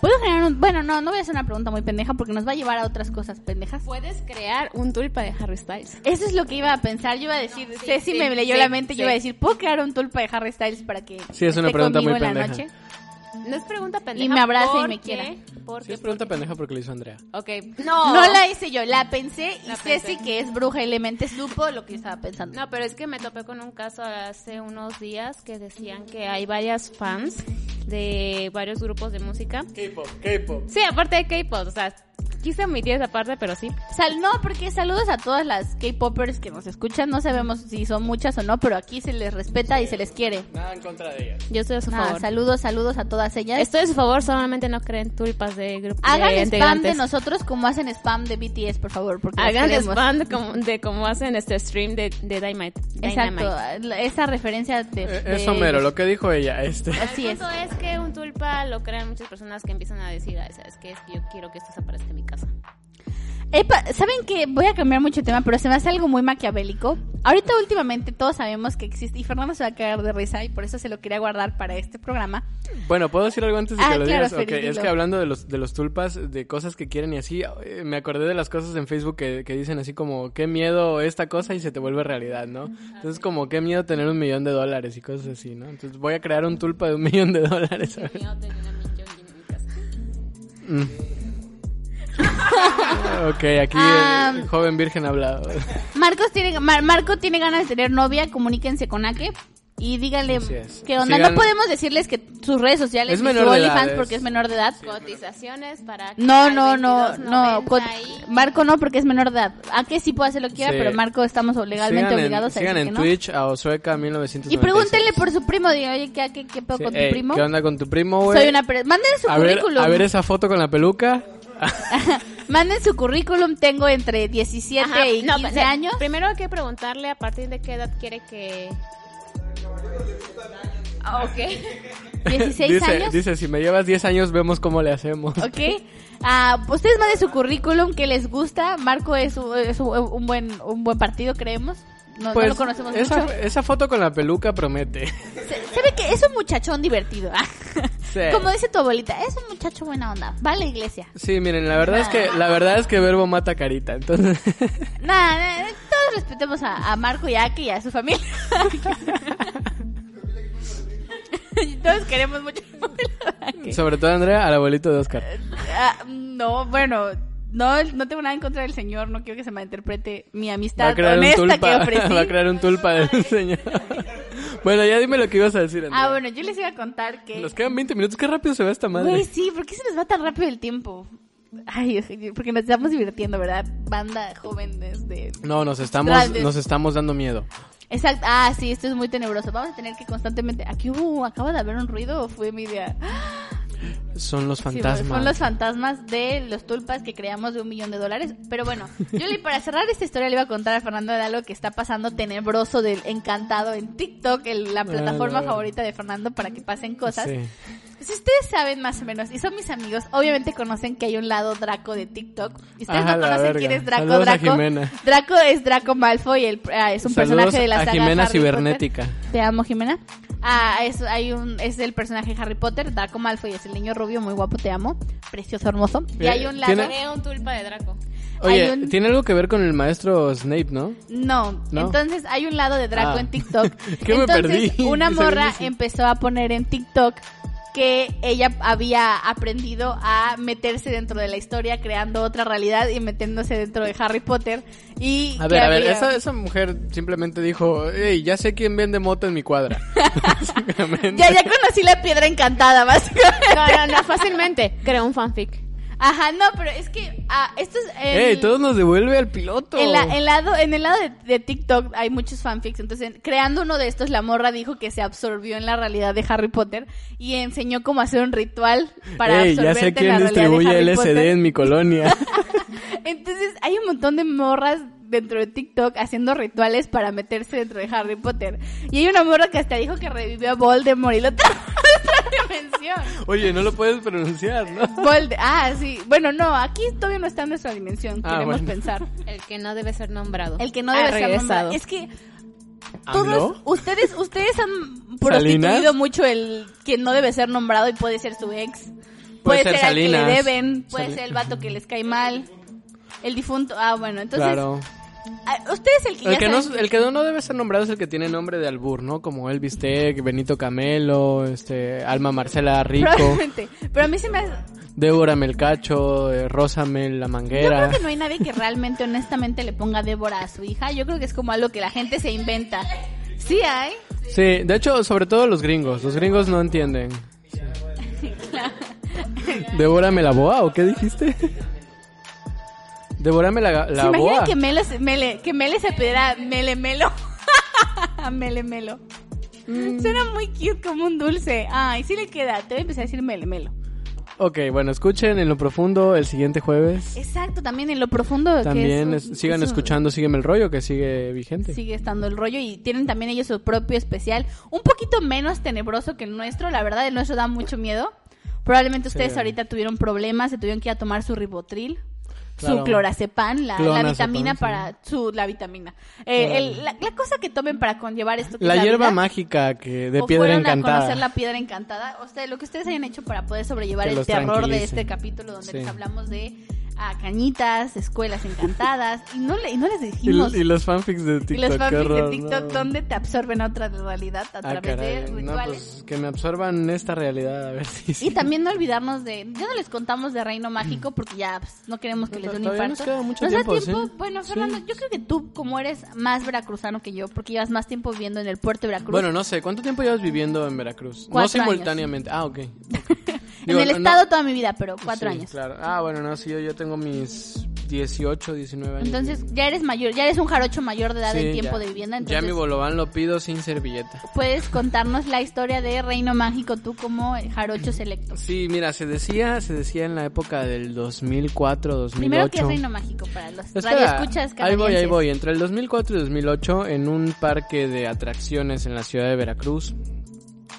[SPEAKER 2] ¿Puedo generar un... Bueno, no, no voy a hacer una pregunta muy pendeja porque nos va a llevar a otras cosas pendejas.
[SPEAKER 3] Puedes crear un tulpa de Harry Styles.
[SPEAKER 2] Eso es lo que iba a pensar. Yo iba a decir,
[SPEAKER 3] No, sí,
[SPEAKER 2] Ceci
[SPEAKER 3] sí,
[SPEAKER 2] me leyó
[SPEAKER 3] sí,
[SPEAKER 2] la mente.
[SPEAKER 3] sí.
[SPEAKER 2] Yo iba a decir, ¿puedo crear un tulpa de Harry Styles para que
[SPEAKER 4] Sí, es una
[SPEAKER 2] esté
[SPEAKER 4] pregunta
[SPEAKER 2] conmigo
[SPEAKER 4] muy
[SPEAKER 2] en la
[SPEAKER 4] pendeja.
[SPEAKER 2] noche?
[SPEAKER 3] No es pregunta pendeja.
[SPEAKER 2] Y me abraza y
[SPEAKER 3] porque-
[SPEAKER 2] me quiera.
[SPEAKER 3] Porque,
[SPEAKER 4] Sí, es pregunta pendeja porque lo hizo Andrea.
[SPEAKER 3] Ok. No.
[SPEAKER 2] No la hice yo, la pensé y
[SPEAKER 3] La
[SPEAKER 2] Ceci,
[SPEAKER 3] pensé.
[SPEAKER 2] que es bruja y le mente, supo lo que yo estaba pensando.
[SPEAKER 3] No, pero es que me topé con un caso hace unos días que decían que hay varias fans de varios grupos de música.
[SPEAKER 4] K-pop, K-pop.
[SPEAKER 3] Sí, aparte de K-pop, o sea, Quise omitir esa parte, pero sí.
[SPEAKER 2] Sal, no, porque saludos a todas las K-popers que nos escuchan. No sabemos si son muchas o no, pero aquí se les respeta y se les quiere.
[SPEAKER 4] Nada en contra de ellas.
[SPEAKER 3] Yo estoy a su
[SPEAKER 2] Nada,
[SPEAKER 3] favor.
[SPEAKER 2] saludos, saludos a todas ellas.
[SPEAKER 3] Estoy a su favor, solamente no creen tulpas de grupo.
[SPEAKER 2] Hagan
[SPEAKER 3] de
[SPEAKER 2] spam de
[SPEAKER 3] integrantes.
[SPEAKER 2] nosotros como hacen spam de BTS, por favor, porque los
[SPEAKER 3] Hagan
[SPEAKER 2] queremos.
[SPEAKER 3] spam de como, de como hacen este stream de, de Dynamite. Dynamite.
[SPEAKER 2] Exacto, la- esa referencia de, de
[SPEAKER 4] E, Eso mero, Eh, lo que dijo ella, este.
[SPEAKER 2] Así
[SPEAKER 3] el
[SPEAKER 2] es.
[SPEAKER 3] punto es. que un tulpa lo crean muchas personas que empiezan a decir, "Ay, ¿sabes qué? Es que yo quiero que esto desaparezca en mi casa.
[SPEAKER 2] Epa, ¿saben que Voy a cambiar mucho de tema, pero se me hace algo muy maquiavélico. Ahorita últimamente todos sabemos que existe, y Fernando se va a caer de risa, y por eso se lo quería guardar para este programa.
[SPEAKER 4] Bueno, ¿puedo decir algo antes de que
[SPEAKER 2] Ah,
[SPEAKER 4] lo
[SPEAKER 2] claro,
[SPEAKER 4] digas? Ok,
[SPEAKER 2] Feliz,
[SPEAKER 4] es
[SPEAKER 2] dilo.
[SPEAKER 4] que hablando de los, de los tulpas, de cosas que quieren y así, eh, me acordé de las cosas en Facebook que, que dicen así como, qué miedo esta cosa y se te vuelve realidad, ¿no? Entonces como, qué miedo tener un millón de dólares y cosas así, ¿no? Entonces voy a crear un tulpa de un millón de dólares.
[SPEAKER 3] Qué miedo tener a Min Jong-in en mi casa.
[SPEAKER 4] ok, aquí
[SPEAKER 2] Ah.
[SPEAKER 4] el joven virgen ha hablado.
[SPEAKER 2] Marcos tiene, Mar- Marco tiene ganas de tener novia, comuníquense con Ake y díganle
[SPEAKER 4] Así es.
[SPEAKER 2] qué onda.
[SPEAKER 4] Sigan-
[SPEAKER 2] no podemos decirles que sus redes sociales
[SPEAKER 4] Es
[SPEAKER 2] y
[SPEAKER 4] menor
[SPEAKER 2] su
[SPEAKER 4] de edad,
[SPEAKER 2] OnlyFans
[SPEAKER 4] es-
[SPEAKER 2] porque es menor de edad.
[SPEAKER 3] Cotizaciones para...
[SPEAKER 2] No,
[SPEAKER 3] al
[SPEAKER 2] no, no,
[SPEAKER 3] 22.90
[SPEAKER 2] no. co-
[SPEAKER 3] y-
[SPEAKER 2] Marco no, porque es menor de edad. Ake sí puede hacer lo que quiera,
[SPEAKER 4] Sí.
[SPEAKER 2] pero Marco estamos legalmente
[SPEAKER 4] sigan en-
[SPEAKER 2] obligados a
[SPEAKER 4] sigan
[SPEAKER 2] decir
[SPEAKER 4] en
[SPEAKER 2] que no.
[SPEAKER 4] Twitch a Osueca 1996.
[SPEAKER 2] Y pregúntenle por su primo, digan, oye, ¿qué, qué, qué pedo
[SPEAKER 4] Sí,
[SPEAKER 2] con tu
[SPEAKER 4] ey,
[SPEAKER 2] primo?
[SPEAKER 4] ¿Qué onda con tu primo, güey?
[SPEAKER 2] Soy una... pre- Manden su
[SPEAKER 4] a ver,
[SPEAKER 2] currículum.
[SPEAKER 4] a ver esa foto con la peluca.
[SPEAKER 2] Manden su currículum, tengo entre 17
[SPEAKER 3] Ajá,
[SPEAKER 2] y
[SPEAKER 3] no,
[SPEAKER 2] 15
[SPEAKER 3] pero-
[SPEAKER 2] años.
[SPEAKER 3] Primero hay que preguntarle a partir de qué edad quiere que... Ah, ok.
[SPEAKER 2] 16
[SPEAKER 4] dice,
[SPEAKER 2] años.
[SPEAKER 4] Dice, si me llevas 10 años vemos cómo le hacemos.
[SPEAKER 2] Ok. Ah, ustedes manden su currículum que les gusta. Marco es, un- es un, un buen un buen partido, creemos. No, no
[SPEAKER 4] Pues,
[SPEAKER 2] lo conocemos
[SPEAKER 4] esa,
[SPEAKER 2] mucho.
[SPEAKER 4] esa foto con la peluca promete.
[SPEAKER 2] Se, se ve que es un muchachón divertido. ah.
[SPEAKER 4] Sí.
[SPEAKER 2] Como dice tu abuelita, es un muchacho buena onda. Va a la iglesia.
[SPEAKER 4] Sí, miren, la verdad es que
[SPEAKER 2] Ah.
[SPEAKER 4] la verdad es que verbo mata carita, entonces
[SPEAKER 2] Nada, nada, todos respetemos a, a Marco y a Aki y a su familia. todos queremos mucho.
[SPEAKER 4] sobre todo Andrea al abuelito de Oscar.
[SPEAKER 2] Ah, no, bueno, no, no tengo nada en contra del señor. No quiero que se malinterprete mi
[SPEAKER 4] Va a
[SPEAKER 2] amistad
[SPEAKER 4] crear un
[SPEAKER 2] honesta que
[SPEAKER 4] tulpa,
[SPEAKER 2] ofrecí.
[SPEAKER 4] va a crear un tulpa del señor. Bueno, ya dime lo que ibas a decir, Andrea.
[SPEAKER 2] Ah, bueno, yo les iba a contar que...
[SPEAKER 4] Nos quedan 20 minutos, qué rápido se va esta madre.
[SPEAKER 2] Güey, sí, ¿por qué se nos va tan rápido el tiempo? Ay, porque nos estamos divirtiendo, ¿verdad? Banda jóvenes de...
[SPEAKER 4] No, nos estamos
[SPEAKER 2] Grandes.
[SPEAKER 4] nos estamos dando miedo.
[SPEAKER 2] Exacto, ah, sí, esto es muy tenebroso. Vamos a tener que constantemente... Aquí hubo, acaba de haber un ruido o fue mi idea.
[SPEAKER 4] Son los
[SPEAKER 2] Sí, pues,
[SPEAKER 4] fantasmas.
[SPEAKER 2] son los fantasmas de los tulpas que creamos de un millón de dólares. Pero bueno, yo le, para cerrar esta historia le iba a contar a Fernando de algo que está pasando tenebroso del encantado en TikTok, el- la plataforma
[SPEAKER 4] Ah, no.
[SPEAKER 2] favorita de Fernando para que pasen cosas. Pues,
[SPEAKER 4] Sí.
[SPEAKER 2] Si ustedes saben más o menos, y son mis amigos, obviamente conocen que hay un lado Draco de TikTok. Y ustedes
[SPEAKER 4] Ah,
[SPEAKER 2] no
[SPEAKER 4] la
[SPEAKER 2] conocen
[SPEAKER 4] verga.
[SPEAKER 2] quién es Draco.
[SPEAKER 4] Saludos a
[SPEAKER 2] Draco,
[SPEAKER 4] Jimena.
[SPEAKER 2] Draco es Draco Malfoy, el, ah, es un
[SPEAKER 4] Saludos
[SPEAKER 2] personaje de la
[SPEAKER 4] a
[SPEAKER 2] saga
[SPEAKER 4] Jimena
[SPEAKER 2] Harry
[SPEAKER 4] Cibernética.
[SPEAKER 2] Potter. Te amo, Jimena. Ah, es, hay un, es el personaje de Harry Potter, Draco Malfoy, es el niño rubio, muy guapo, te amo, precioso, hermoso. Y
[SPEAKER 4] Eh,
[SPEAKER 2] hay un lado...
[SPEAKER 4] ¿tiene-
[SPEAKER 3] Haré un tulpa de Draco.
[SPEAKER 4] Oye,
[SPEAKER 2] hay un-
[SPEAKER 4] tiene algo que ver con el maestro Snape, ¿no?
[SPEAKER 2] No.
[SPEAKER 4] ¿No?
[SPEAKER 2] entonces hay un lado de Draco
[SPEAKER 4] Ah.
[SPEAKER 2] en TikTok.
[SPEAKER 4] ¿Qué me
[SPEAKER 2] entonces,
[SPEAKER 4] perdí?
[SPEAKER 2] una
[SPEAKER 4] Según
[SPEAKER 2] morra
[SPEAKER 4] yo sí.
[SPEAKER 2] empezó a poner en TikTok que ella había aprendido a meterse dentro de la historia, creando otra realidad y metiéndose dentro de Harry Potter. Y
[SPEAKER 4] A
[SPEAKER 2] que
[SPEAKER 4] ver, a ver,
[SPEAKER 2] había-
[SPEAKER 4] esa, esa mujer simplemente dijo, hey, ya sé quién vende mota en mi cuadra. Básicamente.
[SPEAKER 2] Ya, ya conocí la piedra encantada, básicamente.
[SPEAKER 3] No, no, no, fácilmente. Creo un fanfic.
[SPEAKER 2] Ajá, no, pero es que ah, esto es... el-
[SPEAKER 4] Ey, todo nos devuelve al piloto.
[SPEAKER 2] En, la- en lado, en el lado de, de TikTok hay muchos fanfics. Entonces, creando uno de estos, la morra dijo que se absorbió en la realidad de Harry Potter y enseñó cómo hacer un ritual para
[SPEAKER 4] Ey, ya
[SPEAKER 2] absorberte
[SPEAKER 4] sé
[SPEAKER 2] en la realidad
[SPEAKER 4] quién
[SPEAKER 2] de
[SPEAKER 4] distribuye
[SPEAKER 2] Harry
[SPEAKER 4] LSD
[SPEAKER 2] Potter.
[SPEAKER 4] en mi colonia.
[SPEAKER 2] Entonces, hay un montón de morras dentro de TikTok haciendo rituales para meterse dentro de Harry Potter. Y hay una morra que hasta dijo que revivió a Voldemort y lo trajo a otra dimensión.
[SPEAKER 4] Oye, no lo puedes pronunciar, ¿no?
[SPEAKER 2] Vold- ah, sí. Bueno, no, aquí todavía no está en nuestra dimensión,
[SPEAKER 4] Ah,
[SPEAKER 2] queremos
[SPEAKER 4] bueno.
[SPEAKER 2] pensar.
[SPEAKER 3] El que no debe ser nombrado.
[SPEAKER 2] El que no debe
[SPEAKER 3] Ha
[SPEAKER 2] ser
[SPEAKER 3] regresado.
[SPEAKER 2] nombrado. Es que todos
[SPEAKER 4] ¿Habló?
[SPEAKER 2] ustedes ustedes han prostituido
[SPEAKER 4] ¿Salinas?
[SPEAKER 2] mucho el que no debe ser nombrado y puede ser su ex puede,
[SPEAKER 4] Puede ser
[SPEAKER 2] ser, al que le
[SPEAKER 4] Salinas.
[SPEAKER 2] deben puede
[SPEAKER 4] Sali-
[SPEAKER 2] ser el vato que les cae mal el difunto ah bueno entonces
[SPEAKER 4] claro.
[SPEAKER 2] a- ustedes el que
[SPEAKER 4] El
[SPEAKER 2] ya
[SPEAKER 4] que, no,
[SPEAKER 2] saben-
[SPEAKER 4] el que no debe ser nombrado es el que tiene nombre de albur, ¿no? Como Elvis Tech, Benito Camelo, este, Alma Marcela Rico,
[SPEAKER 2] probablemente pero a mí se me hace-
[SPEAKER 4] Débora Melcacho, eh, Rosamel La
[SPEAKER 2] yo creo
[SPEAKER 4] Manguera.
[SPEAKER 2] que no hay nadie que realmente honestamente le ponga Débora a su hija yo creo que es como algo que la gente se inventa sí hay
[SPEAKER 4] Sí, de hecho, sobre todo los gringos. Los gringos no entienden. ¿Devórame la boa o qué dijiste? Devórame la,
[SPEAKER 2] ¿Se
[SPEAKER 4] la boa.
[SPEAKER 2] imaginan que Melo, se- Mele, que Mele se pidiera Mele Melo? Mele Melo. Suena muy cute como un dulce. Ay, sí le queda. Te voy a empezar a decir Mele Melo.
[SPEAKER 4] Ok, bueno, escuchen en lo profundo el siguiente jueves.
[SPEAKER 2] Exacto, también en lo profundo. que
[SPEAKER 4] También
[SPEAKER 2] es un-
[SPEAKER 4] es- sigan
[SPEAKER 2] es un-
[SPEAKER 4] escuchando, sígueme el rollo que sigue vigente.
[SPEAKER 2] Sigue estando el rollo y tienen también ellos su propio especial, un poquito menos tenebroso que el nuestro, la verdad el nuestro da mucho miedo. Probablemente ustedes
[SPEAKER 4] Sí.
[SPEAKER 2] ahorita tuvieron problemas, se tuvieron que ir a tomar su ribotril,
[SPEAKER 4] Claro.
[SPEAKER 2] su clorazepam, la, la
[SPEAKER 4] Clonazepam,
[SPEAKER 2] vitamina
[SPEAKER 4] sí.
[SPEAKER 2] para su la vitamina. Eh, el- la, la cosa que tomen para conllevar esto que
[SPEAKER 4] La
[SPEAKER 2] es
[SPEAKER 4] hierba
[SPEAKER 2] vida,
[SPEAKER 4] mágica que de
[SPEAKER 2] o
[SPEAKER 4] piedra
[SPEAKER 2] fueron a
[SPEAKER 4] encantada.
[SPEAKER 2] conocer la piedra encantada. O sea, lo que ustedes hayan hecho para poder sobrellevar
[SPEAKER 4] Que
[SPEAKER 2] el
[SPEAKER 4] los
[SPEAKER 2] terror de
[SPEAKER 4] tranquilice.
[SPEAKER 2] este capítulo donde
[SPEAKER 4] Sí.
[SPEAKER 2] les hablamos de ah, cañitas, escuelas encantadas y no, le- y no les
[SPEAKER 4] Y,
[SPEAKER 2] dijimos
[SPEAKER 4] l- y los fanfics de TikTok.
[SPEAKER 2] y los
[SPEAKER 4] qué
[SPEAKER 2] fanfics
[SPEAKER 4] horror,
[SPEAKER 2] de TikTok
[SPEAKER 4] no.
[SPEAKER 2] donde te absorben a otra realidad a
[SPEAKER 4] Ah,
[SPEAKER 2] través de
[SPEAKER 4] caray, no,
[SPEAKER 2] rituales.
[SPEAKER 4] pues, que me absorban esta realidad, a ver si...
[SPEAKER 2] Y también no olvidarnos de, ya no les contamos de Reino Mágico porque ya pues, no queremos que
[SPEAKER 4] Mm. No,
[SPEAKER 2] les dé un
[SPEAKER 4] todavía
[SPEAKER 2] infarto.
[SPEAKER 4] nos queda mucho
[SPEAKER 2] da
[SPEAKER 4] tiempo, ¿sí?
[SPEAKER 2] Bueno,
[SPEAKER 4] Sí.
[SPEAKER 2] Fernando, yo creo que tú como eres más veracruzano que yo porque llevas más tiempo viviendo en el puerto de Veracruz.
[SPEAKER 4] Bueno, no sé, ¿cuánto tiempo llevas viviendo en Veracruz? No
[SPEAKER 2] Cuatro
[SPEAKER 4] simultáneamente. Ah, ok.
[SPEAKER 2] en el estado toda mi vida, pero cuatro años.
[SPEAKER 4] Claro. Ah, bueno, no, sí, yo, yo tengo mis 18, 19 años.
[SPEAKER 2] Entonces ya eres mayor, ya eres un jarocho mayor de edad
[SPEAKER 4] Sí,
[SPEAKER 2] en tiempo
[SPEAKER 4] ya.
[SPEAKER 2] de vivienda.
[SPEAKER 4] Ya mi
[SPEAKER 2] Entonces
[SPEAKER 4] bolobán lo pido sin servilleta.
[SPEAKER 2] puedes contarnos la historia de Reino Mágico tú como jarocho selecto.
[SPEAKER 4] Sí, mira, se decía, se decía en la época del 2004, 2008.
[SPEAKER 2] Primero que es Reino Mágico para los
[SPEAKER 4] Espera,
[SPEAKER 2] radioescuchas
[SPEAKER 4] ahí voy, ahí
[SPEAKER 2] canadienses?
[SPEAKER 4] voy. Entre el 2004 y 2008, en un parque de atracciones en la ciudad de Veracruz,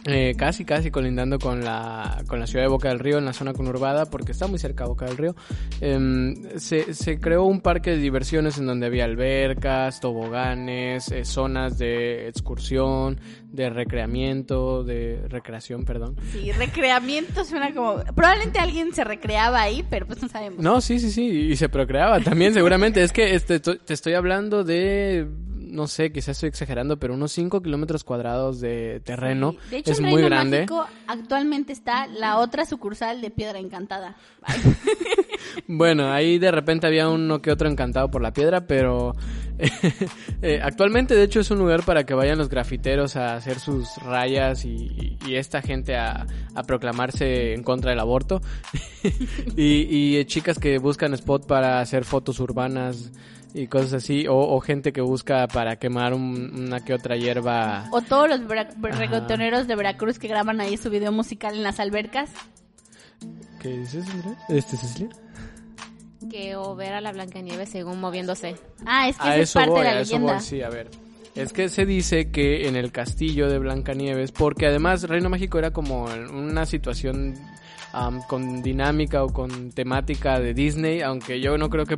[SPEAKER 4] eh, casi, casi colindando con la, con la ciudad de Boca del Río, en la zona conurbada, porque está muy cerca de Boca del Río, em, se, se creó un parque de diversiones en donde había albercas, toboganes, eh, zonas de excursión, de recreamiento, de recreación, perdón.
[SPEAKER 2] Sí, recreamiento suena como... Probablemente alguien se recreaba ahí, pero pues no sabemos.
[SPEAKER 4] No, sí, sí, sí, y se procreaba también seguramente. es que este, to- te estoy hablando de, no sé, quizás estoy exagerando, pero unos 5 kilómetros cuadrados de terreno.
[SPEAKER 2] Sí, De hecho,
[SPEAKER 4] es
[SPEAKER 2] en
[SPEAKER 4] muy
[SPEAKER 2] Reino
[SPEAKER 4] grande.
[SPEAKER 2] Mágico actualmente está la otra sucursal de Piedra Encantada.
[SPEAKER 4] Bueno, ahí de repente había uno que otro encantado por la piedra, pero eh, actualmente de hecho es un lugar para que vayan los grafiteros a hacer sus rayas y, y esta gente a, a proclamarse en contra del aborto. y, y, eh, chicas que buscan spot para hacer fotos urbanas y cosas así, o, o gente que busca para quemar un- una que otra hierba.
[SPEAKER 2] O todos los vera- reggaetoneros de Veracruz que graban ahí su video musical en las albercas.
[SPEAKER 4] ¿Qué dices, Andrea? Este Cecilia.
[SPEAKER 3] Que o ver a la Blancanieves según moviéndose.
[SPEAKER 2] Ah, es que
[SPEAKER 4] a
[SPEAKER 2] esa es
[SPEAKER 4] eso
[SPEAKER 2] parte
[SPEAKER 4] voy,
[SPEAKER 2] de la
[SPEAKER 4] a eso
[SPEAKER 2] leyenda.
[SPEAKER 4] voy, sí, a ver. Es que se dice que en el castillo de Blancanieves, porque además Reino Mágico era como una situación am, con dinámica o con temática de Disney, aunque yo no creo que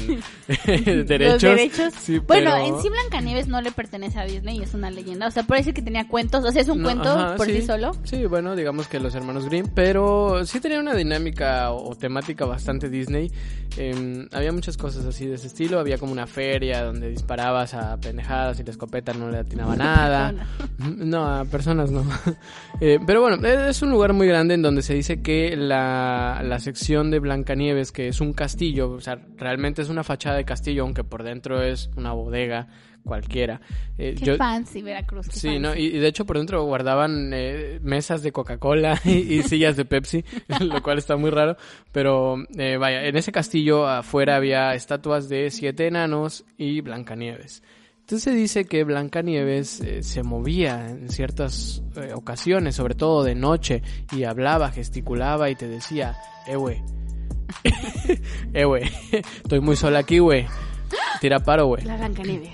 [SPEAKER 4] derechos.
[SPEAKER 2] Los derechos.
[SPEAKER 4] Sí,
[SPEAKER 2] bueno,
[SPEAKER 4] pero-
[SPEAKER 2] en sí Blancanieves no le pertenece a Disney y es una leyenda. O sea, puede decir que tenía cuentos. O sea, es un
[SPEAKER 4] No,
[SPEAKER 2] cuento
[SPEAKER 4] ajá,
[SPEAKER 2] por sí, solo.
[SPEAKER 4] Sí, bueno, digamos que los hermanos Grimm, pero sí tenía una dinámica o, o temática bastante Disney. Em, había muchas cosas así de ese estilo. Había como una feria donde disparabas a pendejadas y la escopeta no le atinaba nada. No, a personas no. Eh, pero bueno, es un lugar muy grande en donde se dice que la, la sección de Blancanieves, que es un castillo, o sea, realmente es una fachada de castillo, aunque por dentro es una bodega cualquiera. Eh,
[SPEAKER 2] Qué
[SPEAKER 4] yo-
[SPEAKER 2] fancy Veracruz. qué
[SPEAKER 4] Sí,
[SPEAKER 2] fancy.
[SPEAKER 4] ¿no? Y, y de hecho por dentro guardaban eh, mesas de Coca-Cola y, y sillas de Pepsi, lo cual está muy raro. Pero eh, vaya, en ese castillo afuera había estatuas de siete enanos y Blancanieves. Entonces se dice que Blancanieves eh, se movía en ciertas eh, ocasiones, sobre todo de noche, y hablaba, gesticulaba y te decía, eh, güey, eh, güey, estoy muy sola aquí, güey. Tira paro, güey.
[SPEAKER 2] La Blancanieves.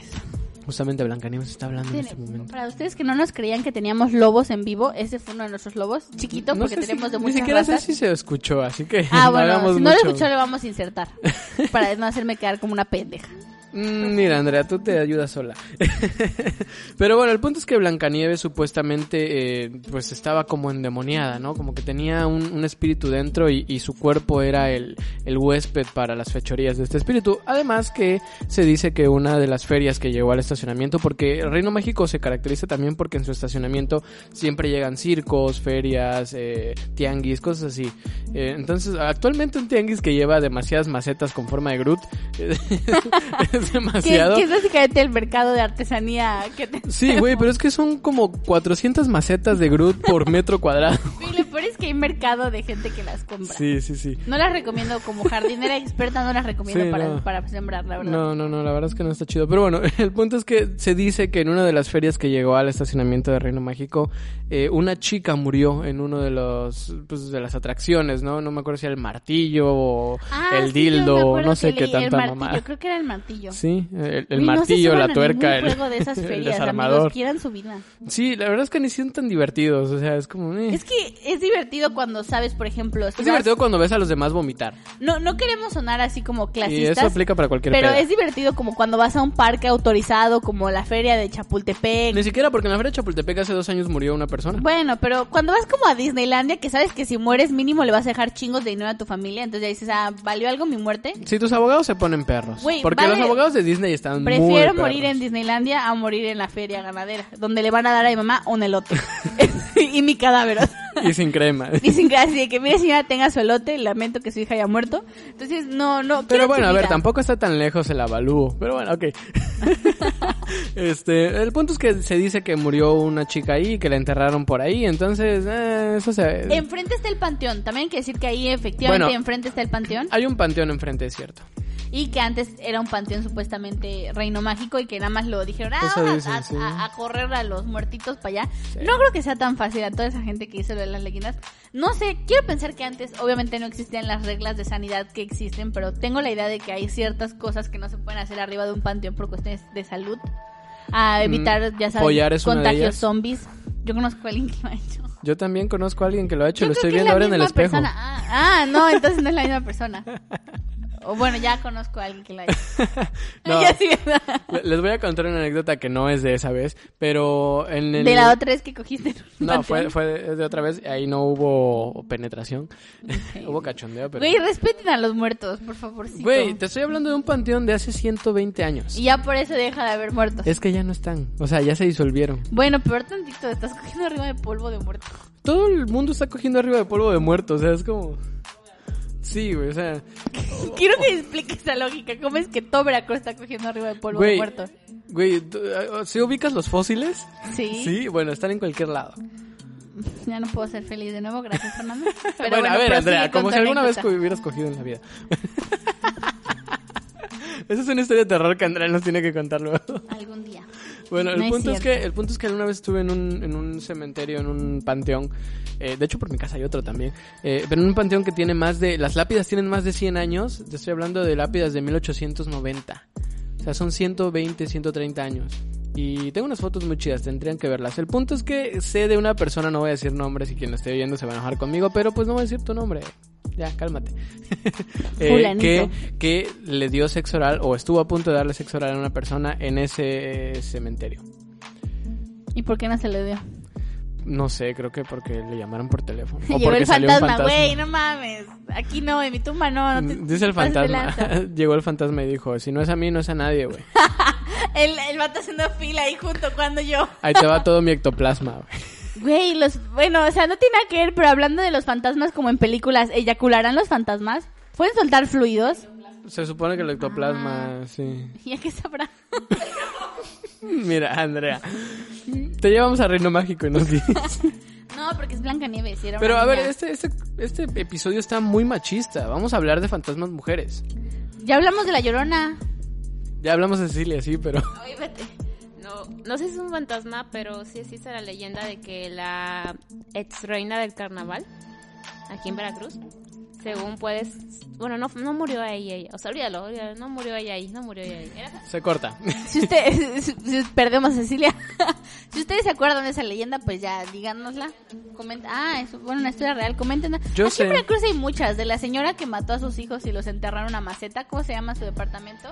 [SPEAKER 4] Justamente Blancanieves está hablando en
[SPEAKER 2] Tiene-
[SPEAKER 4] este momento.
[SPEAKER 2] Para ustedes que no nos creían que teníamos lobos en vivo, ese fue uno de nuestros lobos, chiquito,
[SPEAKER 4] No
[SPEAKER 2] porque
[SPEAKER 4] sé si-
[SPEAKER 2] tenemos de
[SPEAKER 4] ni
[SPEAKER 2] muchas
[SPEAKER 4] siquiera
[SPEAKER 2] razas.
[SPEAKER 4] sé si se escuchó, así que
[SPEAKER 2] Ah,
[SPEAKER 4] no
[SPEAKER 2] bueno,
[SPEAKER 4] hagamos
[SPEAKER 2] si no lo
[SPEAKER 4] mucho.
[SPEAKER 2] escuchó, lo vamos a insertar. Para no hacerme quedar como una pendeja.
[SPEAKER 4] Mm, mira, Andrea, tú te ayudas sola. Pero bueno, el punto es que Blancanieves supuestamente eh, pues estaba como endemoniada, ¿no? Como que tenía un, un espíritu dentro y, y su cuerpo era el, el huésped para las fechorías de este espíritu. Además que se dice que una de las ferias que llegó al estacionamiento, porque el Reino México se caracteriza también porque en su estacionamiento siempre llegan circos, ferias, eh, tianguis, cosas así. Eh, entonces, actualmente un tianguis que lleva demasiadas macetas con forma de Groot eh, es
[SPEAKER 2] Que,
[SPEAKER 4] demasiado.
[SPEAKER 2] que es básicamente el mercado de artesanía que te
[SPEAKER 4] Sí, güey, pero es que son como 400 macetas de Groot por metro cuadrado.
[SPEAKER 2] Y lo peor flores que hay mercado de gente que las compra.
[SPEAKER 4] Sí, sí, sí.
[SPEAKER 2] No las recomiendo como jardinera experta, no las recomiendo
[SPEAKER 4] Sí,
[SPEAKER 2] para,
[SPEAKER 4] no.
[SPEAKER 2] para sembrar, la verdad.
[SPEAKER 4] No, no, no, la verdad es que no está chido. Pero bueno, el punto es que se dice que en una de las ferias que llegó al estacionamiento de Reino Mágico, eh, una chica murió en uno de los, pues, de las atracciones, ¿no? No me acuerdo si era el martillo o
[SPEAKER 2] Ah,
[SPEAKER 4] el
[SPEAKER 2] sí, yo me
[SPEAKER 4] dildo,
[SPEAKER 2] acuerdo
[SPEAKER 4] no sé
[SPEAKER 2] que
[SPEAKER 4] qué
[SPEAKER 2] leí el
[SPEAKER 4] tanta
[SPEAKER 2] martillo,
[SPEAKER 4] mamada.
[SPEAKER 2] Creo que era el martillo.
[SPEAKER 4] Sí, el, el
[SPEAKER 2] Uy, no se
[SPEAKER 4] martillo,
[SPEAKER 2] suban a
[SPEAKER 4] la tuerca,
[SPEAKER 2] ningún
[SPEAKER 4] el,
[SPEAKER 2] juego de esas
[SPEAKER 4] el
[SPEAKER 2] ferias,
[SPEAKER 4] desarmador.
[SPEAKER 2] Amigos, quieran su vida.
[SPEAKER 4] Sí, la verdad es que ni son tan divertidos, o sea, es como... eh.
[SPEAKER 2] Es que es divertido cuando sabes, por ejemplo,
[SPEAKER 4] Es divertido cuando ves a los demás vomitar.
[SPEAKER 2] No, no queremos sonar así como
[SPEAKER 4] Y
[SPEAKER 2] clasistas.
[SPEAKER 4] eso aplica para cualquier
[SPEAKER 2] Pero
[SPEAKER 4] peda.
[SPEAKER 2] es divertido como cuando vas a un parque autorizado, como la feria de Chapultepec.
[SPEAKER 4] Ni siquiera porque en la feria de Chapultepec hace dos años murió una persona.
[SPEAKER 2] Bueno, pero cuando vas como a Disneylandia, que sabes que si mueres mínimo le vas a dejar chingos de dinero a tu familia, entonces ya dices, ah, ¿valió algo mi muerte?
[SPEAKER 4] Si tus abogados se ponen perros.
[SPEAKER 2] Güey,
[SPEAKER 4] porque
[SPEAKER 2] vale-
[SPEAKER 4] los abogados de Disney están muy
[SPEAKER 2] Prefiero morir
[SPEAKER 4] perros.
[SPEAKER 2] en Disneylandia a morir en la feria ganadera, donde le van a dar a mi mamá un elote y mi cadáver. o sea.
[SPEAKER 4] Y sin crema.
[SPEAKER 2] Y sin gracia, de que mire señora tenga su elote, lamento que su hija haya muerto. Entonces, no, no.
[SPEAKER 4] Pero
[SPEAKER 2] quiero
[SPEAKER 4] bueno,
[SPEAKER 2] su
[SPEAKER 4] a ver,
[SPEAKER 2] vida.
[SPEAKER 4] tampoco está tan lejos el avalúo. Pero bueno, ok. este, el punto es que se dice que murió una chica ahí, que la enterraron por ahí. Entonces, eh, eso se...
[SPEAKER 2] Enfrente está el panteón, también hay que decir que ahí efectivamente
[SPEAKER 4] Bueno.
[SPEAKER 2] enfrente está el panteón.
[SPEAKER 4] Hay un panteón enfrente, es cierto.
[SPEAKER 2] Y que antes era un panteón supuestamente reino mágico y que nada más lo dijeron, ah,
[SPEAKER 4] Eso
[SPEAKER 2] vamos a-
[SPEAKER 4] dicen,
[SPEAKER 2] a,
[SPEAKER 4] sí.
[SPEAKER 2] a- a correr a los muertitos para allá. No creo que sea tan fácil a toda esa gente que hizo lo de las leyendas. No sé, quiero pensar que antes obviamente no existían las reglas de sanidad que existen, pero tengo la idea de que hay ciertas cosas que no se pueden hacer arriba de un panteón por cuestiones de salud. A evitar, ya
[SPEAKER 4] Mm, follar
[SPEAKER 2] sabes,
[SPEAKER 4] es una de
[SPEAKER 2] contagios
[SPEAKER 4] ellas.
[SPEAKER 2] zombies. Yo conozco a alguien que lo ha hecho.
[SPEAKER 4] Yo también conozco a alguien que lo ha hecho,
[SPEAKER 2] Yo
[SPEAKER 4] lo
[SPEAKER 2] creo
[SPEAKER 4] estoy
[SPEAKER 2] que es
[SPEAKER 4] viendo
[SPEAKER 2] la
[SPEAKER 4] ahora en el
[SPEAKER 2] misma
[SPEAKER 4] espejo.
[SPEAKER 2] persona. Ah, ah, no, entonces no es la misma persona. O bueno, ya conozco a alguien que la ha hecho.
[SPEAKER 4] No.
[SPEAKER 2] Ya sí, ¿verdad?
[SPEAKER 4] Le- Les voy a contar una anécdota que no es de esa vez, pero en el...
[SPEAKER 2] De la otra es que cogiste. en un
[SPEAKER 4] No, fue,
[SPEAKER 2] panteón.
[SPEAKER 4] fue de, de otra vez, ahí no hubo penetración,
[SPEAKER 2] Ok.
[SPEAKER 4] hubo cachondeo, pero...
[SPEAKER 2] Güey, respeten a los muertos, por favor.
[SPEAKER 4] Güey, te estoy hablando de un panteón de hace 120 años.
[SPEAKER 2] Y ya por eso deja de haber muertos.
[SPEAKER 4] Es que ya no están, o sea, ya se disolvieron.
[SPEAKER 2] Bueno, peor tantito, estás cogiendo arriba de polvo de muertos.
[SPEAKER 4] Todo el mundo está cogiendo arriba de polvo de muerto, o sea, es como... Sí, güey, o sea... Oh.
[SPEAKER 2] Quiero que expliques esa lógica. ¿Cómo es que todo Veracruz está cogiendo arriba de polvo de
[SPEAKER 4] Güey,
[SPEAKER 2] muerto?
[SPEAKER 4] güey, tú- ah, ¿sí ubicas los fósiles?
[SPEAKER 2] Sí.
[SPEAKER 4] Sí, bueno, están en cualquier lado.
[SPEAKER 2] Ya no puedo ser feliz de nuevo, gracias, Fernando. Pero
[SPEAKER 4] bueno, a ver,
[SPEAKER 2] prosigue
[SPEAKER 4] Andrea,
[SPEAKER 2] con
[SPEAKER 4] como
[SPEAKER 2] tu
[SPEAKER 4] si alguna vez
[SPEAKER 2] anécdota.
[SPEAKER 4] co- hubieras cogido en la vida. Esa es una historia de terror que Andrea nos tiene que contar luego.
[SPEAKER 2] Algún día.
[SPEAKER 4] Bueno, el
[SPEAKER 2] No es
[SPEAKER 4] punto es,
[SPEAKER 2] cierto.
[SPEAKER 4] que el punto es que alguna vez estuve en un, en un cementerio, en un panteón. eh, de hecho, por mi casa hay otro también. eh, pero en un panteón que tiene más de. Las lápidas tienen más de 100 años. Te estoy hablando de lápidas de 1890. O sea, son 120, 130 años. Y tengo unas fotos muy chidas, tendrían que verlas. El punto es que sé de una persona, no voy a decir nombres y quien lo esté viendo se va a enojar conmigo, pero pues no voy a decir tu nombre. Ya, cálmate. Eh,
[SPEAKER 2] Fulanito.
[SPEAKER 4] que, que le dio sexo oral o estuvo a punto de darle sexo oral a una persona en ese eh, cementerio.
[SPEAKER 2] ¿Y por qué no se le dio?
[SPEAKER 4] No sé, creo que porque le llamaron por teléfono. O
[SPEAKER 2] Llegó
[SPEAKER 4] porque
[SPEAKER 2] el
[SPEAKER 4] salió un
[SPEAKER 2] fantasma, güey, no mames. Aquí no, en mi tumba no. no te-
[SPEAKER 4] Mm, Dice el
[SPEAKER 2] te pases de
[SPEAKER 4] fantasma.
[SPEAKER 2] lanza.
[SPEAKER 4] Llegó el fantasma y dijo, si no es a mí, no es a nadie, güey.
[SPEAKER 2] El, el vato haciendo fila ahí junto cuando yo.
[SPEAKER 4] Ahí te va todo mi ectoplasma, güey.
[SPEAKER 2] Güey, los. Bueno, o sea, no tiene nada que ver, pero hablando de los fantasmas como en películas, ¿eyacularán los fantasmas? ¿Pueden soltar fluidos?
[SPEAKER 4] Se supone que el ectoplasma, sí.
[SPEAKER 2] ¿Ya qué sabrá?
[SPEAKER 4] Mira, Andrea. Te llevamos a Reino Mágico y nos dices.
[SPEAKER 2] No, porque es Blanca Nieves.
[SPEAKER 4] Pero a ver, este, este, este episodio está muy machista. Vamos a hablar de fantasmas mujeres.
[SPEAKER 2] Ya hablamos de la llorona.
[SPEAKER 4] Ya hablamos de Cecilia, sí, pero...
[SPEAKER 2] Ay, vete.
[SPEAKER 3] No, no sé si es un fantasma, pero sí existe la leyenda de que la ex reina del carnaval, aquí en Veracruz, según puedes. Bueno, no, no murió ahí, ella. O sea, olvídalo, olvídalo, no murió ella ahí, no murió ella ahí. Era-
[SPEAKER 4] Se corta.
[SPEAKER 2] Si usted. si- si- perdemos a Cecilia. si ustedes se acuerdan de esa leyenda, pues ya díganosla. Comenta, ah, es bueno, una historia real. Comenten.
[SPEAKER 4] Yo
[SPEAKER 2] Aquí
[SPEAKER 4] sé.
[SPEAKER 2] en Veracruz hay muchas. De la señora que mató a sus hijos y los enterraron en una maceta. ¿Cómo se llama su departamento?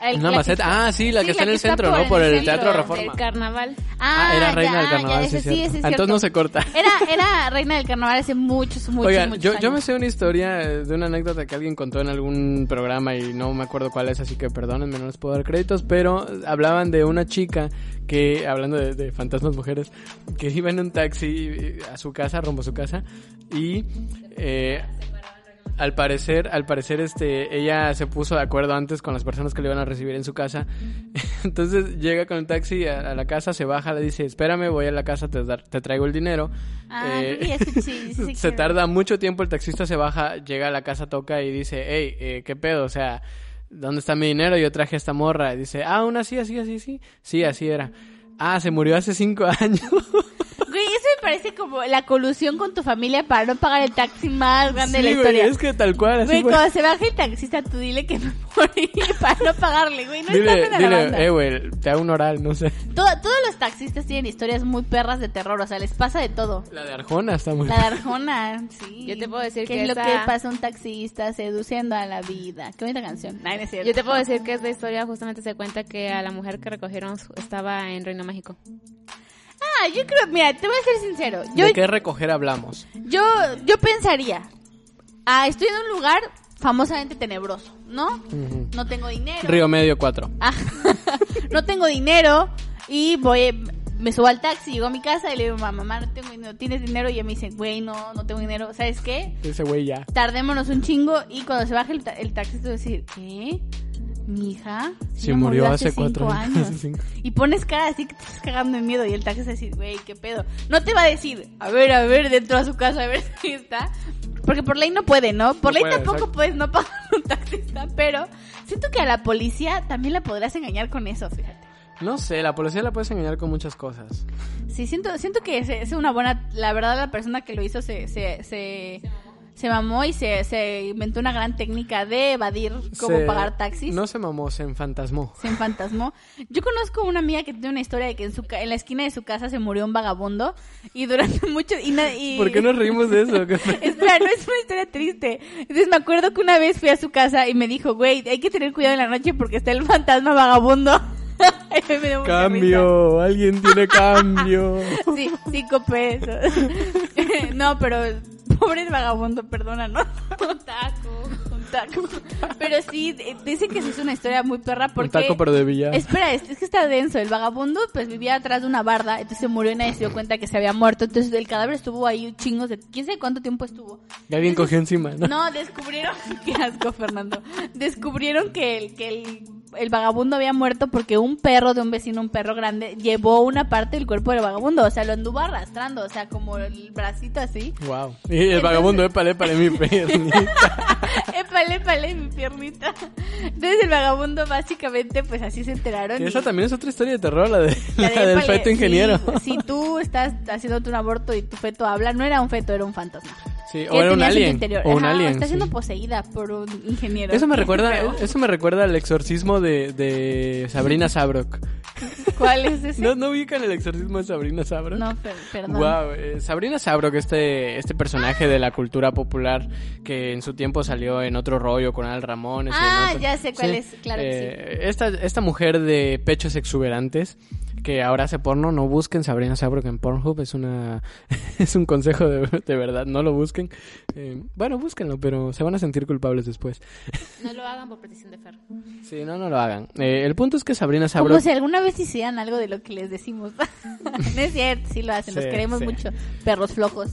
[SPEAKER 2] El-
[SPEAKER 4] Una
[SPEAKER 2] la que está-
[SPEAKER 4] maceta. Ah, sí, la
[SPEAKER 2] Sí,
[SPEAKER 4] que está en el centro, ¿no? Por el Teatro Reforma.
[SPEAKER 3] Del carnaval.
[SPEAKER 2] Ah,
[SPEAKER 4] era
[SPEAKER 2] ya,
[SPEAKER 4] reina del
[SPEAKER 2] ya,
[SPEAKER 4] carnaval,
[SPEAKER 2] ese
[SPEAKER 4] sí,
[SPEAKER 2] sí,
[SPEAKER 4] cierto.
[SPEAKER 2] ese es
[SPEAKER 4] Ah, entonces no
[SPEAKER 2] cierto.
[SPEAKER 4] se corta.
[SPEAKER 2] Era, era reina del carnaval hace muchos, muchos,
[SPEAKER 4] Oigan,
[SPEAKER 2] muchos
[SPEAKER 4] yo,
[SPEAKER 2] años.
[SPEAKER 4] yo me sé una historia eh, de una anécdota que alguien contó en algún programa y no me acuerdo cuál es, así que perdónenme, no les puedo dar créditos, pero hablaban de una chica que, hablando de, de fantasmas mujeres, que iba en un taxi eh, a su casa, rumbo a su casa, y eh, al parecer, al parecer, este, ella se puso de acuerdo antes con las personas que le iban a recibir en su casa Entonces llega con el taxi a, a la casa, se baja, le dice, espérame, voy a la casa, te, dar- te traigo el dinero.
[SPEAKER 2] Ah,
[SPEAKER 4] Eh,
[SPEAKER 2] creo que ya escuché, sí, sí
[SPEAKER 4] se
[SPEAKER 2] quiero.
[SPEAKER 4] tarda mucho tiempo, el taxista se baja, llega a la casa, toca y dice, hey, eh, ¿qué pedo? O sea, ¿dónde está mi dinero? Yo traje esta morra. Y dice, ah, una así, así, así, sí. Sí, así era. Ah, se murió hace cinco años.
[SPEAKER 2] Güey, eso me parece como la colusión con tu familia para no pagar el taxi más grande
[SPEAKER 4] Sí,
[SPEAKER 2] de la
[SPEAKER 4] güey,
[SPEAKER 2] historia.
[SPEAKER 4] es que tal cual, así
[SPEAKER 2] Güey,
[SPEAKER 4] fue.
[SPEAKER 2] cuando se baja el taxista, tú dile que me morí para no pagarle, güey. No
[SPEAKER 4] Dile,
[SPEAKER 2] está en la banda.
[SPEAKER 4] dile, eh, güey, te hago un oral, no sé.
[SPEAKER 2] Todo- todos los taxistas tienen historias muy perras de terror, o sea, les pasa de todo.
[SPEAKER 4] La de Arjona está muy...
[SPEAKER 2] La de Arjona, sí.
[SPEAKER 3] Yo te puedo decir
[SPEAKER 2] ¿Qué
[SPEAKER 3] que
[SPEAKER 2] es lo
[SPEAKER 3] esa-
[SPEAKER 2] que pasa a un taxista seduciendo a la vida? Qué bonita canción. Ay, no es cierto.
[SPEAKER 3] Yo te puedo decir que esta historia justamente se cuenta que a la mujer que recogieron su- estaba en Reino México.
[SPEAKER 2] Ah, yo creo, mira, te voy a ser sincero. Yo,
[SPEAKER 4] ¿De qué recoger hablamos?
[SPEAKER 2] yo, yo pensaría, ah, estoy en un lugar famosamente tenebroso, ¿no?
[SPEAKER 4] Ujú.
[SPEAKER 2] No tengo dinero.
[SPEAKER 4] Río Medio 4.
[SPEAKER 2] Ah, no tengo dinero y voy me subo al taxi, llego a mi casa y le digo, mamá, mamá, no tengo dinero, ¿tienes dinero? Y ella me dice, güey, no, no tengo dinero. ¿Sabes qué?
[SPEAKER 4] Ese güey ya.
[SPEAKER 2] Tardémonos un chingo y cuando se baje el, ta- el taxista va a decir, ¿qué? Mi hija
[SPEAKER 4] Sí,
[SPEAKER 2] me
[SPEAKER 4] murió hace cuatro
[SPEAKER 2] cinco
[SPEAKER 4] años. Hace cinco.
[SPEAKER 2] Y pones cara así que te estás cagando de miedo y el taxista va a decir, güey, ¿qué pedo? No te va a decir, a ver, a ver, dentro a su casa, a ver si está. Porque por ley no puede, ¿no? Por
[SPEAKER 4] No
[SPEAKER 2] ley
[SPEAKER 4] puede,
[SPEAKER 2] tampoco
[SPEAKER 4] exacto.
[SPEAKER 2] puedes no pagar un taxista, pero siento que a la policía también la podrás engañar con eso, fíjate.
[SPEAKER 4] No sé, la policía la puedes engañar con muchas cosas.
[SPEAKER 2] Sí, siento, siento que es, es una buena. La verdad, la persona que lo hizo se. se, se se mamó y se, se inventó una gran técnica de evadir cómo
[SPEAKER 4] Se-
[SPEAKER 2] pagar taxis.
[SPEAKER 4] No se mamó, se enfantasmó.
[SPEAKER 2] Se enfantasmó. Yo conozco una amiga que tiene una historia de que en, su, ca- en la esquina de su casa se murió un vagabundo y durante mucho... Y na- y-
[SPEAKER 4] ¿Por qué nos reímos de eso?
[SPEAKER 2] Espera, no es una historia triste. Entonces me acuerdo que una vez fui a su casa y me dijo, güey, hay que tener cuidado en la noche porque está el fantasma vagabundo. Y me dio mucha
[SPEAKER 4] cambio, alguien tiene cambio.
[SPEAKER 2] risa. Sí, cinco pesos. no, pero pobre el vagabundo, perdónanos. Un taco. Un taco. Pero sí, eh, dicen que sí es una historia muy perra porque...
[SPEAKER 4] Un taco pero de villa.
[SPEAKER 2] Espera, es, es que está denso. El vagabundo pues vivía atrás de una barda, entonces se murió y nadie se dio cuenta que se había muerto. Entonces el cadáver estuvo ahí chingos de quién sabe cuánto tiempo estuvo.
[SPEAKER 4] Y alguien
[SPEAKER 2] entonces-
[SPEAKER 4] cogió encima, ¿no?
[SPEAKER 2] No, descubrieron, qué asco Fernando, descubrieron que el, que el, el vagabundo había muerto porque un perro de un vecino, un perro grande, llevó una parte del cuerpo del vagabundo, o sea, lo anduvo arrastrando, o sea, como el bracito así.
[SPEAKER 4] Wow. Y el vagabundo, épale, épale, mi piernita.
[SPEAKER 2] Épale, épale, mi piernita. Entonces el vagabundo básicamente pues así se enteraron.
[SPEAKER 4] Que
[SPEAKER 2] y-
[SPEAKER 4] Esa también es otra historia de terror, la, de, la,
[SPEAKER 2] de
[SPEAKER 4] del
[SPEAKER 2] Épale,
[SPEAKER 4] feto ingeniero.
[SPEAKER 2] sí, güey. si tú estás haciéndote un aborto y tu feto habla, no era un feto, era un fantasma.
[SPEAKER 4] Sí,
[SPEAKER 2] Que
[SPEAKER 4] o era
[SPEAKER 2] tenías en
[SPEAKER 4] un
[SPEAKER 2] tu
[SPEAKER 4] alien.
[SPEAKER 2] interior.
[SPEAKER 4] O un
[SPEAKER 2] Ajá,
[SPEAKER 4] alien.
[SPEAKER 2] Está
[SPEAKER 4] sí.
[SPEAKER 2] siendo poseída por un ingeniero.
[SPEAKER 4] Eso me
[SPEAKER 2] Qué
[SPEAKER 4] recuerda,
[SPEAKER 2] feo.
[SPEAKER 4] eso me recuerda al exorcismo de, de Sabrina Sabrok.
[SPEAKER 2] ¿Cuál es ese?
[SPEAKER 4] ¿No, ¿No ubican el exorcismo de Sabrina Sabrok?
[SPEAKER 2] No, per- perdón.
[SPEAKER 4] Wow, eh, Sabrina Sabrok, este, este personaje de la cultura popular que en su tiempo salió en otro rollo con Al Ramones. y en
[SPEAKER 2] Ah,
[SPEAKER 4] otro-
[SPEAKER 2] ya sé cuál es, claro que
[SPEAKER 4] Eh, Esta, esta mujer de pechos exuberantes que ahora hace porno, no busquen Sabrina Sabrok en Pornhub, es una es un consejo de, de verdad, no lo busquen. Eh, bueno, búsquenlo, pero se van a sentir culpables después.
[SPEAKER 3] No lo hagan por petición de Fer.
[SPEAKER 4] Sí, no, no lo hagan. Eh, el punto es que Sabrina Sabrok...
[SPEAKER 2] Como si alguna vez hicieran algo de lo que les decimos. no es cierto, sí lo hacen, los
[SPEAKER 4] Sí,
[SPEAKER 2] queremos
[SPEAKER 4] sí.
[SPEAKER 2] mucho. Perros flojos.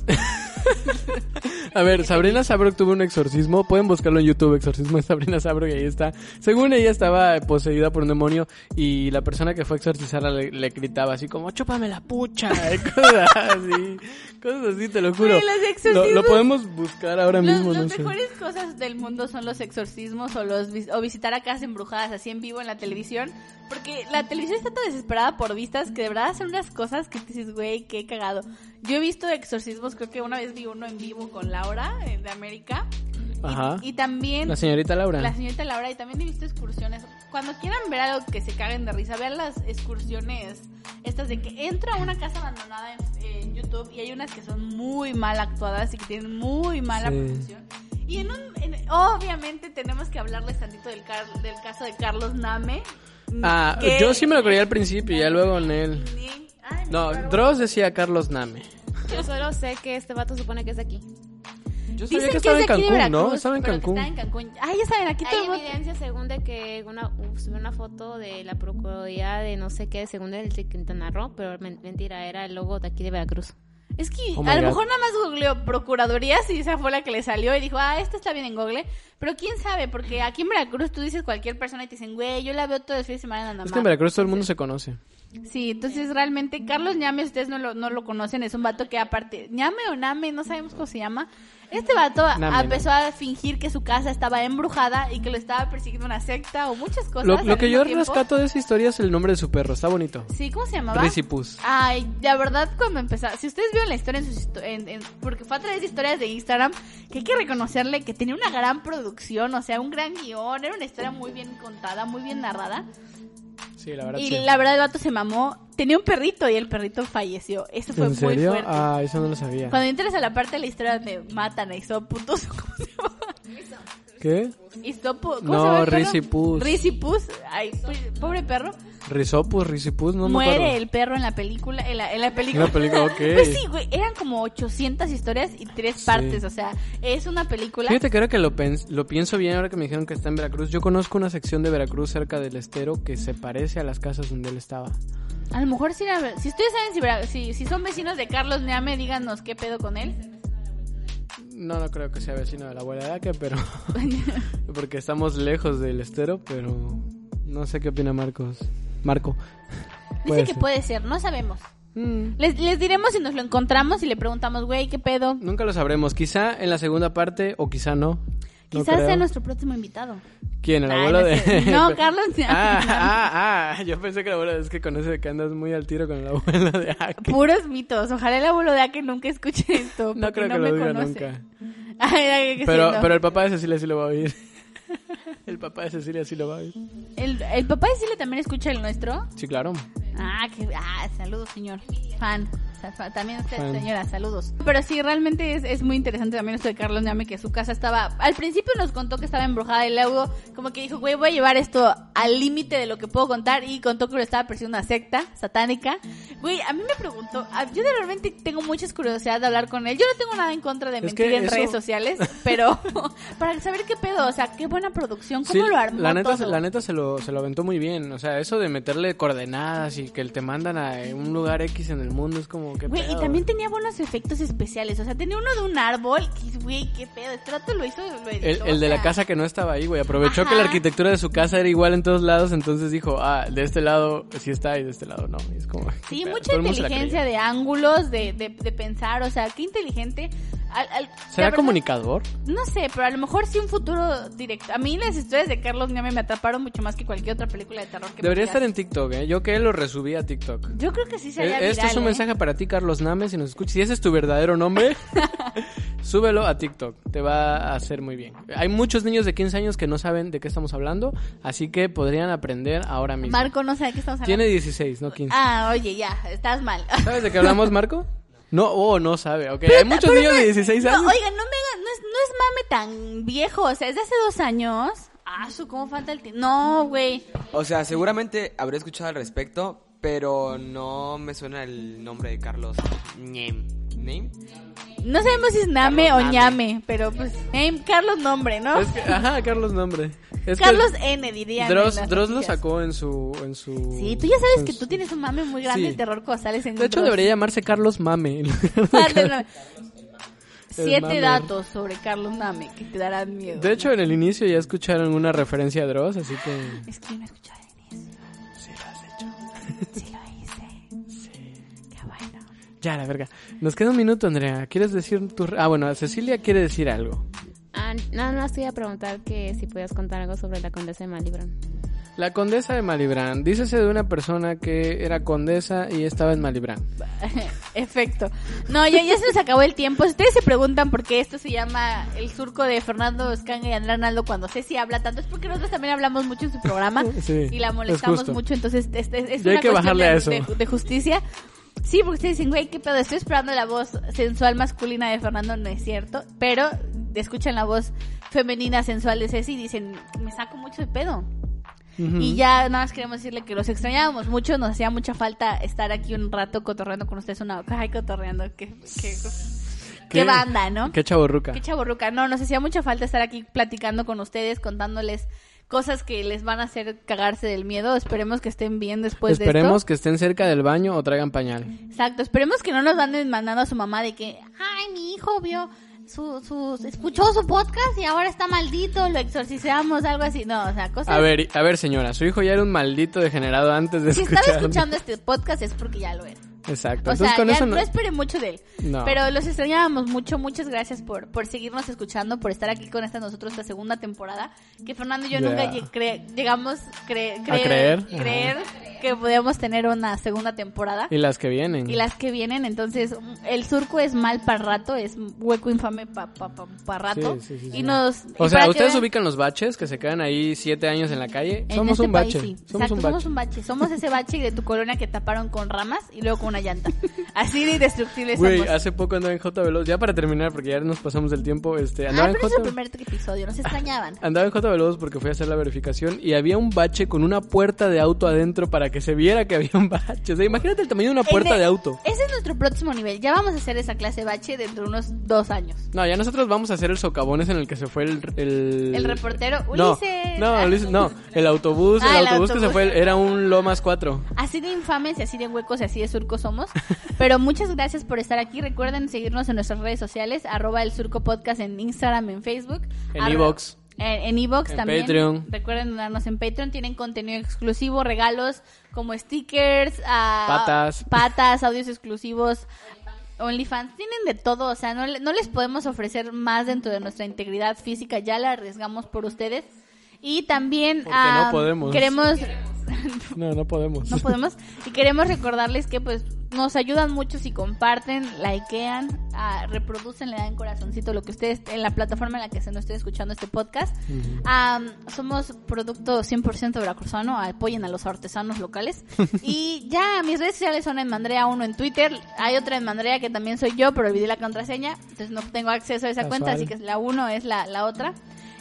[SPEAKER 4] A ver, Sabrina Sabrok tuvo un exorcismo. Pueden buscarlo en YouTube, exorcismo de Sabrina Sabrok, y ahí está. Según ella estaba poseída por un demonio y la persona que fue a exorcizarla le, le gritaba así como, chúpame la pucha, y cosas así. Cosas así, te lo juro.
[SPEAKER 2] Güey, los
[SPEAKER 4] Lo-
[SPEAKER 2] exorcismos-
[SPEAKER 4] Lo, podemos buscar ahora
[SPEAKER 2] Los-
[SPEAKER 4] mismo,
[SPEAKER 2] las
[SPEAKER 4] no sé.
[SPEAKER 2] mejores cosas del mundo son los exorcismos o los vis- o visitar a casas embrujadas así en vivo en la televisión. Porque la televisión está tan desesperada por vistas que de verdad hacen unas cosas que te dices, güey, qué cagado. Yo he visto exorcismos, creo que una vez vi uno en vivo con Laura eh, de América.
[SPEAKER 4] Ajá.
[SPEAKER 2] Y también
[SPEAKER 4] La señorita Laura.
[SPEAKER 2] la señorita Laura y también he visto excursiones. Cuando quieran ver algo que se caguen de risa, vean las excursiones estas de que entra a una casa abandonada en, en YouTube y hay unas que son muy mal actuadas y que tienen muy mala
[SPEAKER 4] Sí.
[SPEAKER 2] producción. Y en un, en- obviamente tenemos que hablarles tantito del, car- del caso de Carlos Name.
[SPEAKER 4] Ah,
[SPEAKER 2] que-
[SPEAKER 4] yo sí me lo creía al principio y ya luego en él.
[SPEAKER 2] Ni- ay,
[SPEAKER 4] No,
[SPEAKER 2] me acuerdo.
[SPEAKER 4] Dross decía Carlos Name.
[SPEAKER 3] Yo solo sé que este vato supone que es de aquí.
[SPEAKER 4] Yo sabía
[SPEAKER 2] Dicen
[SPEAKER 4] que estaba en
[SPEAKER 2] es de aquí de
[SPEAKER 4] Cancún, ¿no?
[SPEAKER 2] Veracruz,
[SPEAKER 4] Estaba en
[SPEAKER 2] pero que
[SPEAKER 4] Cancún.
[SPEAKER 2] estaba en Cancún. Ah, ya saben, aquí todo
[SPEAKER 3] Hay
[SPEAKER 2] el mundo-
[SPEAKER 3] evidencia según de que una, uf, subió una foto de la Procuraduría de no sé qué, según el de Quintana Roo, pero men- mentira, era el logo de aquí de Veracruz.
[SPEAKER 2] Es que
[SPEAKER 4] Oh my
[SPEAKER 2] a lo
[SPEAKER 4] God.
[SPEAKER 2] mejor nada más googleó procuradurías y esa fue la que le salió y dijo, ah, esta está bien en Google. Pero quién sabe, porque aquí en Veracruz tú dices cualquier persona y te dicen, güey, yo la veo todo el fin de semana en
[SPEAKER 4] Es que en
[SPEAKER 2] Andamar.
[SPEAKER 4] Veracruz todo el mundo se conoce.
[SPEAKER 2] Sí, entonces realmente Carlos Ñame, ustedes no lo, no lo conocen, es un vato que aparte, Ñame o Name, no sabemos cómo se llama. Este vato
[SPEAKER 4] Name,
[SPEAKER 2] empezó a fingir que su casa estaba embrujada y que lo estaba persiguiendo una secta o muchas cosas.
[SPEAKER 4] Lo,
[SPEAKER 2] al
[SPEAKER 4] lo que
[SPEAKER 2] mismo
[SPEAKER 4] yo
[SPEAKER 2] tiempo.
[SPEAKER 4] rescato de esa historia es el nombre de su perro, está bonito.
[SPEAKER 2] Sí, ¿cómo se llamaba?
[SPEAKER 4] Risipus.
[SPEAKER 2] Ay, la verdad, cuando empezaba, si ustedes vieron la historia en sus histo- en- en- porque fue a través de historias de Instagram, que hay que reconocerle que tenía una gran producción, o sea, un gran guión, era una historia muy bien contada, muy bien narrada.
[SPEAKER 4] Sí, la verdad.
[SPEAKER 2] Y
[SPEAKER 4] sí.
[SPEAKER 2] la verdad, el vato se mamó, tenía un perrito y el perrito falleció. Eso fue
[SPEAKER 4] ¿En serio?
[SPEAKER 2] muy fuerte.
[SPEAKER 4] Ah, eso no lo sabía.
[SPEAKER 2] Cuando entras a la parte de la historia donde matan a Isopu, ¿cómo se llama?
[SPEAKER 4] ¿Qué?
[SPEAKER 2] Isopu, ¿cómo
[SPEAKER 4] No,
[SPEAKER 2] se llama el perro?
[SPEAKER 4] Risipus.
[SPEAKER 2] Risipus, ay, pues, pobre perro.
[SPEAKER 4] Risopus, Risipus, no me
[SPEAKER 2] muere
[SPEAKER 4] acuerdo.
[SPEAKER 2] el perro en la película. En la, en la película.
[SPEAKER 4] En la película, ok.
[SPEAKER 2] Pues sí, güey. Eran como 800 historias y tres partes. O sea, es una película.
[SPEAKER 4] Fíjate que ahora que lo, pens- lo pienso bien, ahora que me dijeron que está en Veracruz, yo conozco una sección de Veracruz cerca del estero que se parece a las casas donde él estaba.
[SPEAKER 2] A lo mejor si, la- si ustedes saben si, Bra- si, si son vecinos de Carlos Neame, díganos qué pedo con él.
[SPEAKER 4] No, no creo que sea vecino de la abuela de Ake, pero... porque estamos lejos del estero, pero... No sé qué opina Marcos. Marco.
[SPEAKER 2] Dice
[SPEAKER 4] Puede
[SPEAKER 2] que
[SPEAKER 4] ser.
[SPEAKER 2] puede ser, no sabemos.
[SPEAKER 4] Mm,
[SPEAKER 2] Les, les diremos si nos lo encontramos y le preguntamos, güey, qué pedo.
[SPEAKER 4] nunca lo sabremos. Quizá en la segunda parte o quizá no. No
[SPEAKER 2] Quizás
[SPEAKER 4] creo.
[SPEAKER 2] sea nuestro próximo invitado.
[SPEAKER 4] ¿Quién? ¿El
[SPEAKER 2] Ay,
[SPEAKER 4] abuelo
[SPEAKER 2] no
[SPEAKER 4] de...?
[SPEAKER 2] sé. No, Carlos Neame.
[SPEAKER 4] Ah, ah, ah, yo pensé que el abuelo es que con eso de que andas muy al tiro con el abuelo de Ake.
[SPEAKER 2] Puros mitos. Ojalá el abuelo de Ake nunca escuche esto. porque
[SPEAKER 4] No creo que
[SPEAKER 2] me
[SPEAKER 4] lo diga
[SPEAKER 2] conoce.
[SPEAKER 4] nunca.
[SPEAKER 2] Ay, ay, que sí,
[SPEAKER 4] Pero,
[SPEAKER 2] no.
[SPEAKER 4] pero el papá de Cecilia sí lo va a oír. El papá de Cecilia sí lo va a oír.
[SPEAKER 2] ¿El, el papá de Cile también escucha el nuestro?
[SPEAKER 4] Sí, claro.
[SPEAKER 2] Ah, que, ah saludos, señor. Fan. Sa- fa- También usted,
[SPEAKER 4] Fan.
[SPEAKER 2] señora, saludos. Pero sí, realmente es, es muy interesante también esto de Carlos Neame, que su casa estaba... Al principio nos contó que estaba embrujada y luego como que dijo, güey, voy a llevar esto al límite de lo que puedo contar y contó que lo estaba persiguiendo una secta satánica. Güey, a mí me preguntó, a- yo de realmente tengo mucha curiosidad de hablar con él. Yo no tengo nada en contra de
[SPEAKER 4] Es
[SPEAKER 2] mentir
[SPEAKER 4] que
[SPEAKER 2] en
[SPEAKER 4] eso-
[SPEAKER 2] redes sociales, pero para saber qué pedo, o sea, qué buena producción, cómo
[SPEAKER 4] Sí,
[SPEAKER 2] lo armó
[SPEAKER 4] la neta, se-
[SPEAKER 2] todo.
[SPEAKER 4] la neta se, lo, se lo aventó muy bien. O sea, eso de meterle coordenadas y que te mandan a un lugar X en el mundo es como que.
[SPEAKER 2] Güey, y también tenía buenos efectos especiales. O sea, tenía uno de un árbol. que, Güey, qué pedo. Este rato lo hizo. lo
[SPEAKER 4] El,
[SPEAKER 2] editó,
[SPEAKER 4] el
[SPEAKER 2] o
[SPEAKER 4] de la
[SPEAKER 2] sea.
[SPEAKER 4] casa que no estaba ahí, güey. Aprovechó que la
[SPEAKER 2] Ajá.
[SPEAKER 4] arquitectura de su casa era igual en todos lados, entonces dijo, ah, de este lado sí está y de este lado no. Y es como,
[SPEAKER 2] Sí,
[SPEAKER 4] qué pedo.
[SPEAKER 2] mucha
[SPEAKER 4] Todo el mundo se la
[SPEAKER 2] inteligencia
[SPEAKER 4] creyó.
[SPEAKER 2] de ángulos, de, de, de pensar. O sea, qué inteligente. Al- al- la
[SPEAKER 4] ¿Será
[SPEAKER 2] verdad,
[SPEAKER 4] comunicador?
[SPEAKER 2] No sé, pero a lo mejor sí un futuro directo. A mí las historias de Carlos Ñame me atraparon mucho más que cualquier otra película de terror que
[SPEAKER 4] Debería
[SPEAKER 2] me
[SPEAKER 4] estar
[SPEAKER 2] digas.
[SPEAKER 4] en TikTok, ¿eh? Yo que lo resubí a TikTok.
[SPEAKER 2] Yo creo que sí
[SPEAKER 4] Eh,
[SPEAKER 2] sería viral.
[SPEAKER 4] Este es un
[SPEAKER 2] ¿eh?
[SPEAKER 4] mensaje para ti, Carlos Name, si nos escuchas. Si ese es tu verdadero nombre, súbelo a TikTok. Te va a hacer muy bien. Hay muchos niños de 15 años que no saben de qué estamos hablando, así que podrían aprender ahora mismo.
[SPEAKER 2] Marco no sabe de qué estamos hablando.
[SPEAKER 4] Tiene 16, no 15.
[SPEAKER 2] Ah, oye, ya. Estás mal.
[SPEAKER 4] ¿Sabes de qué hablamos, Marco? No, oh, no sabe. Ok, hay muchos
[SPEAKER 2] Pero
[SPEAKER 4] niños
[SPEAKER 2] no-
[SPEAKER 4] de 16 años.
[SPEAKER 2] No, oiga, no me hagan- no es, no es mame tan viejo, o sea, es de hace dos años. Ah, su, cómo falta el tiempo. No, güey.
[SPEAKER 6] O sea, seguramente habré escuchado al respecto, pero no me suena el nombre de Carlos Ñem. ¿Name?
[SPEAKER 2] No sabemos si es Name
[SPEAKER 6] Carlos
[SPEAKER 2] o
[SPEAKER 6] Name.
[SPEAKER 2] Ñame, pero pues, name, Carlos nombre, ¿no?
[SPEAKER 4] Es que- ajá, Carlos Nombre. Es que
[SPEAKER 2] Carlos N, dirían. en
[SPEAKER 4] Dross,
[SPEAKER 2] las
[SPEAKER 4] Dross lo
[SPEAKER 2] noticias.
[SPEAKER 4] sacó en su, en su...
[SPEAKER 2] Sí, tú ya sabes
[SPEAKER 4] en
[SPEAKER 2] que
[SPEAKER 4] su-
[SPEAKER 2] tú tienes un mame muy grande
[SPEAKER 4] Sí.
[SPEAKER 2] el terror cuando sales en
[SPEAKER 4] De hecho,
[SPEAKER 2] Dross.
[SPEAKER 4] debería llamarse Carlos Mame. en lugar de
[SPEAKER 2] Carlos
[SPEAKER 4] Carlos-
[SPEAKER 2] Name. Siete
[SPEAKER 4] mame.
[SPEAKER 2] datos sobre Carlos Name que te darán miedo.
[SPEAKER 4] De hecho, en el inicio ya escucharon una referencia a Dross, así que...
[SPEAKER 2] Es que yo no escuchaba de inicio.
[SPEAKER 4] Sí, lo has hecho.
[SPEAKER 2] Sí lo hice. Qué bueno.
[SPEAKER 4] Ya, la verga. Nos queda un minuto, Andrea. ¿Quieres decir tu... re- Ah, bueno, Cecilia quiere decir algo.
[SPEAKER 3] Ah, nada más te iba a preguntar que si podías contar algo sobre la condesa de Malibran.
[SPEAKER 4] La condesa de Malibrán. Dícese de una persona que era condesa y estaba en Malibrán.
[SPEAKER 2] Efecto. No, ya, ya se nos acabó el tiempo. Si ustedes se preguntan por qué esto se llama el surco de Fernando Escanga y Andrés Arnaldo cuando Ceci habla tanto, es porque nosotros también hablamos mucho en su programa
[SPEAKER 4] Sí,
[SPEAKER 2] y la
[SPEAKER 4] es
[SPEAKER 2] molestamos
[SPEAKER 4] justo.
[SPEAKER 2] mucho. Entonces, es, es- es
[SPEAKER 4] Ya hay
[SPEAKER 2] una
[SPEAKER 4] que
[SPEAKER 2] cuestión
[SPEAKER 4] bajarle
[SPEAKER 2] de,
[SPEAKER 4] a eso.
[SPEAKER 2] de- de justicia. Sí, porque ustedes dicen, güey, qué pedo, estoy esperando la voz sensual masculina de Fernando, no es cierto, pero escuchan la voz femenina sensual de Ceci y dicen, me saco mucho de pedo.
[SPEAKER 4] Ujú.
[SPEAKER 2] Y ya nada más queremos decirle que los extrañábamos mucho, nos hacía mucha falta estar aquí un rato cotorreando con ustedes una ay, cotorreando, qué, qué, qué
[SPEAKER 4] Qué-
[SPEAKER 2] banda, ¿no?
[SPEAKER 4] Qué chaborruca.
[SPEAKER 2] Qué chaborruca. No, nos hacía mucha falta estar aquí platicando con ustedes, contándoles cosas que les van a hacer cagarse del miedo. Esperemos que estén bien después Pues de
[SPEAKER 4] Esperemos
[SPEAKER 2] esto.
[SPEAKER 4] que estén cerca del baño o traigan pañal.
[SPEAKER 2] Exacto, esperemos que no nos anden mandando a su mamá de que, ay, mi hijo vio su, su, escuchó su podcast y ahora está maldito, lo exorcizamos, algo así. No, o sea, cosas...
[SPEAKER 4] A ver, a ver señora, su hijo ya era un maldito degenerado antes de
[SPEAKER 2] si
[SPEAKER 4] escuchar.
[SPEAKER 2] están escuchando este podcast es porque ya lo era.
[SPEAKER 4] Exacto.
[SPEAKER 2] O
[SPEAKER 4] Entonces
[SPEAKER 2] sea,
[SPEAKER 4] con
[SPEAKER 2] ya
[SPEAKER 4] eso
[SPEAKER 2] no...
[SPEAKER 4] no...
[SPEAKER 2] esperé mucho de él.
[SPEAKER 4] No.
[SPEAKER 2] Pero los extrañábamos mucho. Muchas gracias por, por seguirnos escuchando, por estar aquí con esta nosotros esta segunda temporada. Que Fernando y yo
[SPEAKER 4] Ya.
[SPEAKER 2] nunca lleg- cre- llegamos cre-
[SPEAKER 4] A creer.
[SPEAKER 2] creer que podíamos tener una segunda temporada.
[SPEAKER 4] Y las que vienen.
[SPEAKER 2] Y las que vienen, entonces mm, el surco es mal para rato, es hueco infame para pa, pa- pa rato.
[SPEAKER 4] Sí, sí, sí,
[SPEAKER 2] y
[SPEAKER 4] sí.
[SPEAKER 2] nos.
[SPEAKER 4] O
[SPEAKER 2] y
[SPEAKER 4] sea,
[SPEAKER 2] para que
[SPEAKER 4] ¿ustedes
[SPEAKER 2] vean-
[SPEAKER 4] ubican los baches que se quedan ahí siete años en la calle?
[SPEAKER 2] en
[SPEAKER 4] somos
[SPEAKER 2] este
[SPEAKER 4] un
[SPEAKER 2] país,
[SPEAKER 4] bache.
[SPEAKER 2] sí.
[SPEAKER 4] Somos
[SPEAKER 2] Exacto,
[SPEAKER 4] un bache.
[SPEAKER 2] somos un bache. Somos ese bache de tu colonia que taparon con ramas y luego con una llanta. Así de indestructibles
[SPEAKER 4] Güey,
[SPEAKER 2] somos.
[SPEAKER 4] hace poco andaba en J Veloz, ya para terminar, porque ya nos pasamos del tiempo, este, andaba
[SPEAKER 2] Ah,
[SPEAKER 4] en
[SPEAKER 2] pero es
[SPEAKER 4] J
[SPEAKER 2] el primer episodio, nos extrañaban.
[SPEAKER 4] Andaba en J Veloz porque fui a hacer la verificación y había un bache con una puerta de auto adentro para que se viera que había un bache. O sea, imagínate el tamaño de una puerta
[SPEAKER 2] En el-
[SPEAKER 4] de auto.
[SPEAKER 2] Ese es nuestro próximo nivel. Ya vamos a hacer esa clase de bache dentro de unos dos años.
[SPEAKER 4] No, ya nosotros vamos a hacer el socavones en el que se fue el... El,
[SPEAKER 2] El reportero,
[SPEAKER 4] No,
[SPEAKER 2] Ulises.
[SPEAKER 4] no, Ulises, no, el autobús,
[SPEAKER 2] Ah, el
[SPEAKER 4] el, autobús que se
[SPEAKER 2] autobús.
[SPEAKER 4] fue, era un Lomas 4.
[SPEAKER 2] Así de infames y así de huecos y así de surcos somos. Pero muchas gracias por estar aquí. Recuerden seguirnos en nuestras redes sociales, arroba el surco podcast en Instagram, en Facebook.
[SPEAKER 4] En
[SPEAKER 2] Arro-
[SPEAKER 4] iVoox.
[SPEAKER 2] En en iVoox
[SPEAKER 4] En
[SPEAKER 2] también.
[SPEAKER 4] Patreon.
[SPEAKER 2] Recuerden donarnos en Patreon. Tienen contenido exclusivo, regalos como stickers, ah,
[SPEAKER 4] Patas.
[SPEAKER 2] patas, audios exclusivos. OnlyFans tienen de todo, o sea, no, le- no les podemos ofrecer más dentro de nuestra integridad física, ya la arriesgamos por ustedes. Y también
[SPEAKER 4] Porque no
[SPEAKER 2] ah,
[SPEAKER 4] podemos.
[SPEAKER 2] queremos
[SPEAKER 4] No, no podemos.
[SPEAKER 2] no podemos. Y queremos recordarles que pues nos ayudan mucho si comparten, likean, ah, reproducen, le dan corazoncito, lo que ustedes, en la plataforma en la que se nos esté escuchando este podcast. Am, somos producto 100% veracruzano, apoyen a los artesanos locales. y ya, mis redes sociales son en Mandrea 1 en Twitter, hay otra en Mandrea que también soy yo, pero olvidé la contraseña, entonces no tengo acceso a esa
[SPEAKER 4] Casual.
[SPEAKER 2] cuenta, así que la 1 es la, la otra.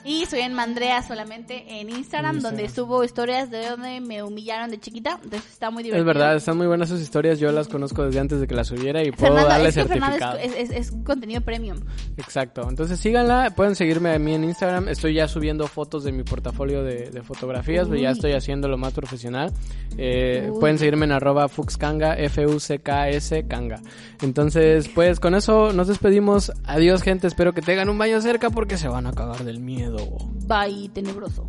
[SPEAKER 2] Y soy en Mandrea solamente en Instagram,
[SPEAKER 4] Instagram.
[SPEAKER 2] donde subo historias de donde me humillaron de chiquita. Entonces está muy divertido.
[SPEAKER 4] Es verdad, están muy buenas sus historias, yo las conozco desde antes de que las subiera y puedo
[SPEAKER 2] Fernando,
[SPEAKER 4] darle
[SPEAKER 2] es que Fernando
[SPEAKER 4] certificado.
[SPEAKER 2] es, es- es- es contenido premium.
[SPEAKER 4] Exacto, entonces síganla, pueden seguirme a mí en Instagram, estoy ya subiendo fotos de mi portafolio de, de fotografías,
[SPEAKER 2] Uy.
[SPEAKER 4] ya estoy haciendo lo más profesional. Eh,
[SPEAKER 2] Uy.
[SPEAKER 4] pueden seguirme en arroba fuxkanga, F-U-C-K-S Kanga. Entonces, pues con eso nos despedimos, adiós gente, espero que tengan un baño cerca porque se van a cagar del miedo.
[SPEAKER 2] Bye, tenebroso.